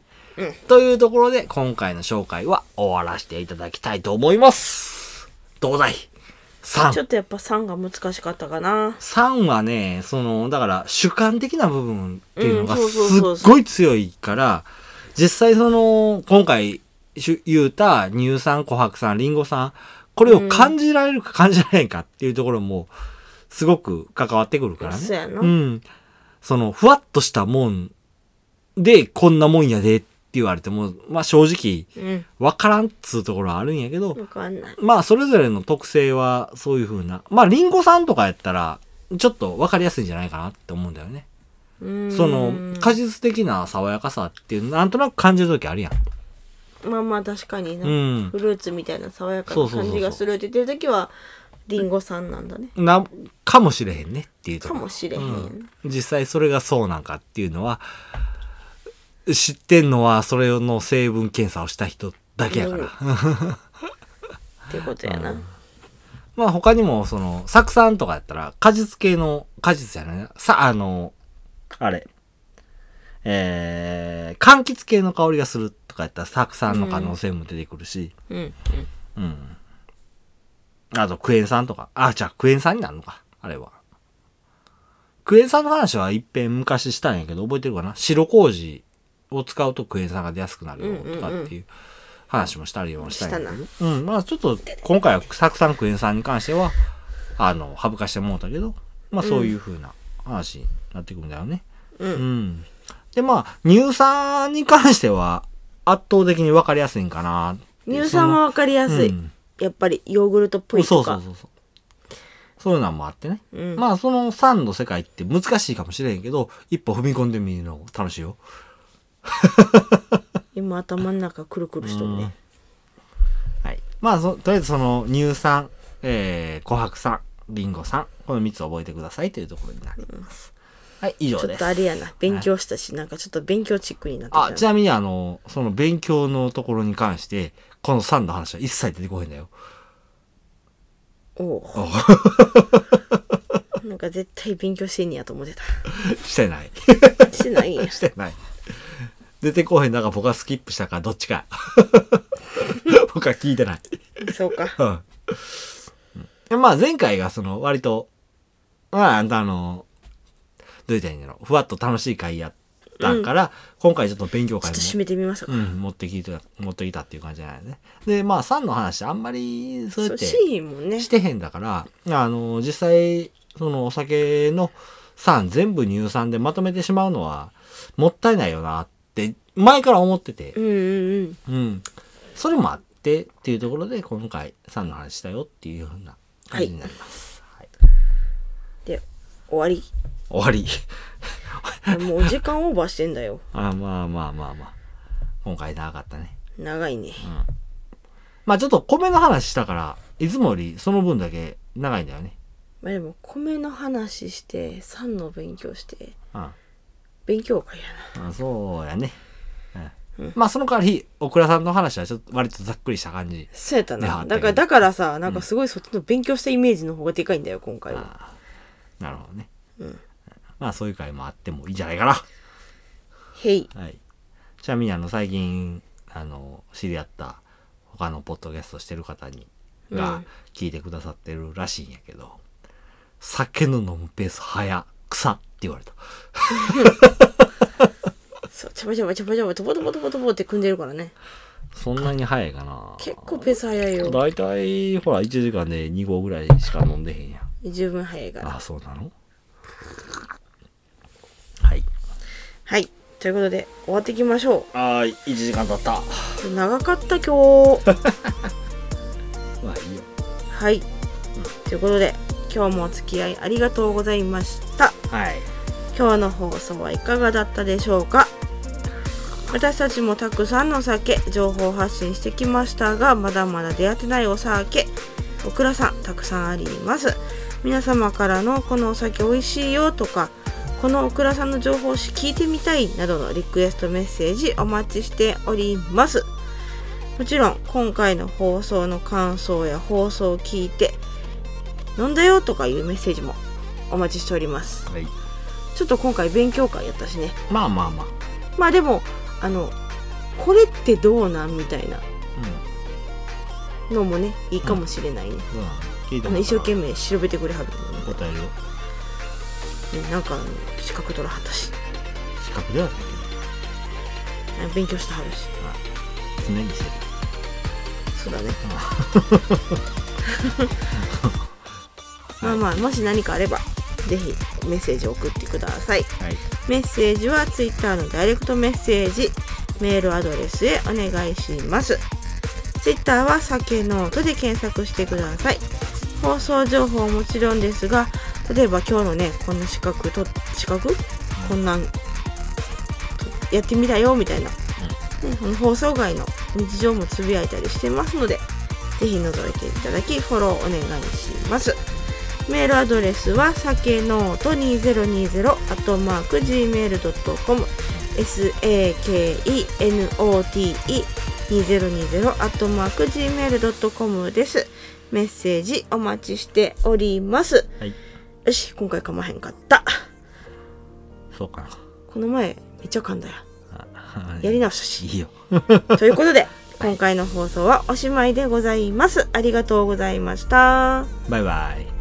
S1: というところで、今回の紹介は終わらせていただきたいと思います。どうだい酸
S2: ちょっとやっぱ酸が難しかったかな。
S1: 3はね、その、だから主観的な部分っていうのが
S2: うんそう
S1: す
S2: そうそうそう
S1: っごい強いから、実際その、今回し言うた乳酸、琥珀酸、リンゴ酸、これを感じられるか感じられへんかっていうところも、すごく関わってくるから
S2: そう
S1: ね。
S2: やな。
S1: うん。その、ふわっとしたもんで、こんなもんやでって言われても、まあ正直、
S2: うん。
S1: わからんっつうところはあるんやけど、
S2: わかんない。
S1: まあ、それぞれの特性はそういう風な。まあ、リンゴさんとかやったら、ちょっと分かりやすいんじゃないかなって思うんだよね。
S2: うーん
S1: その、果実的な爽やかさっていう、なんとなく感じる時あるやん。
S2: まあまあ確かにな、
S1: うん
S2: フルーツみたいな爽やか
S1: そう
S2: な
S1: そうそうそう
S2: 感じがするって言ってる時はリンゴさんなんだね
S1: な、かもしれへんねっていうと
S2: か
S1: こ
S2: もしれへん、
S1: うん実際それがそうなんかっていうのは、知ってんのはそれの成分検査をした人だけやから。
S2: ってことやな、
S1: まあ他にも、その、酢酸とかやったら、果実系の、果実じゃないなさ、あの、あれ、えー、柑橘系の香りがするとかやったら、酢酸の可能性も出てくるし、
S2: うんうん
S1: あとクエン酸とか、あ、じゃあクエン酸になるのか、あれは。クエン酸の話は一遍昔したんやけど、覚えてるかな白麹を使うとクエン酸が出やすくなるよとかっていう話もしたりもしたんやけど
S2: したな
S1: うん、まあちょっと今回は酢酸クエン酸に関しては、あの、省かしてもうたけど、まあそういう風な話になってくるんだよね。
S2: うん
S1: うん。で、まあ、乳酸に関しては圧倒的に分かりやすいんかなっていう。
S2: 乳酸はわかりやすい、
S1: うん
S2: やっぱりヨーグルトっぽい
S1: そ
S2: と
S1: うそ
S2: か
S1: うそうそうそういうのもあってね、
S2: うん
S1: まあその3の世界って難しいかもしれんけど一歩踏み込んでみるの楽しいよ
S2: 今頭の中くるくるしとるね
S1: はいまあそとりあえずその乳酸、えー、琥珀酸リンゴ酸この3つ覚えてくださいというところになります、はい以上
S2: ちょ
S1: で
S2: っ
S1: す
S2: とあれやな勉強したし、なんかちょっと勉強チックになって
S1: あ
S2: き
S1: ち
S2: た
S1: なみにあのその勉強のところに関してこの3の話は一切出てこへんだよ <laughs>
S2: おうなんか絶対勉強してんねやと思ってた
S1: してない <laughs>
S2: してないんや
S1: してない出てこへんだから僕はスキップしたからどっちか <laughs> 僕は聞いてない
S2: そう
S1: <laughs>
S2: か
S1: うん。まあ前回がその割と、まああんたあの、どう言ったらいいんだろう、ふわっと楽しい会やったから、今回ちょっと勉強
S2: ちょ
S1: 会
S2: っ
S1: も
S2: と、締めてみましょうか、
S1: うん、持ってきた、持ってきたっていう感じじゃないね。で、まあ3の話あんまりそうや
S2: そ
S1: っ
S2: う
S1: て
S2: シーンもね
S1: してへんだから、あの、実際、そのお酒の酸全部乳酸でまとめてしまうのはもったいないよなって前から思ってて
S2: う、んうんうん
S1: うん。それもあってっていうところで、今回、さんの話したよっていうふうな感じになります。はい
S2: で終わり
S1: <laughs> 終わり。
S2: もう時間オーバーしてんだよ。
S1: あまあまあまあまあ。今回長かったね。
S2: 長いね。
S1: まあちょっと米の話したから、いつもよりその分だけ長いんだよね。
S2: まあでも、米の話して、酸の勉強して、
S1: うん。
S2: 勉強会や
S1: あそうやね。うん。まあその代わり、小倉さんの話はちょっと割とざっくりした感じ
S2: な。。そうやった
S1: いやあ
S2: な。
S1: った
S2: だ
S1: よ
S2: から、だからさ、なんかすごいそっちの勉強したイメージの方がでかいんだよ、今回は。
S1: なるほどね。まあそういう回もあってもいいんじゃないかな。
S2: へい。
S1: はい。ちなみにあの最近、あの、知り合った他のポッドキャストしてる方に、
S2: う
S1: が
S2: ん
S1: 聞いてくださってるらしいんやけど、酒の飲むペース早っ
S3: 草って言われた。
S2: そうちゃばちゃばちゃばちゃばとぼとぼとぼとぼって組んでるからね
S3: そんなに早いかな。
S2: 結構ペース早いよ
S3: だいたい、ほら、1時間で2合ぐらいしか飲んでへんやん。
S2: 十分早いから
S3: あ、そうなのはい。
S2: はいということで終わっていきましょ
S1: あー1時間経った
S2: う長かった今日
S3: まあいいよ。
S2: はいということで今日もお付き合いありがとうございました
S3: はい。
S2: 今日の放送はいかがだったでしょうか私たちもたくさんの酒情報発信してきましたがまだまだ出会ってないお酒オクラさんたくさんあります皆様からのこのお酒美味しいよとかこのオクラさんの情報誌聞いてみたいなどのリクエストメッセージお待ちしておりますもちろん今回の放送の感想や放送を聞いて飲んだよとかいうメッセージもお待ちしております
S3: はい。
S2: ちょっと今回勉強会やったしね
S3: まあまあまあ。
S2: まあでもあのこれってどうなんみたいな
S3: うん。
S2: のもねいいかもしれないね、
S3: どうなの聞いて
S2: あの一生懸命調べてくれはるのもね
S3: 答えるよ。
S2: ねなんかあの資格取らはったし
S3: 資格ではない
S2: あ勉強してはるし
S3: けど、常にしてる。
S2: そうだね <laughs> まあまあもし何かあればぜひメッセージを送ってください
S3: はい。
S2: メッセージは Twitter のダイレクトメッセージメールアドレスへお願いします Twitter は酒ノートで検索してください放送情報はもちろんですが例えば今日のねこんな資格と資格こんなんとやってみたよみたいな、ね、この放送外の日常もつぶやいたりしてますのでぜひ覗いていただきフォローお願いしますメールアドレスはさけのーと2020 at mark gmail.com sakenote 2020 at mark gmail.com ですメッセージお待ちしております
S3: はい。
S2: よし今回噛まへんかった
S3: そうか
S2: この前めっちゃ噛んだよ
S3: な。あ
S2: やり直したし
S3: いいよ。
S2: ということで今回の放送はおしまいでございますありがとうございました
S3: バイバイ。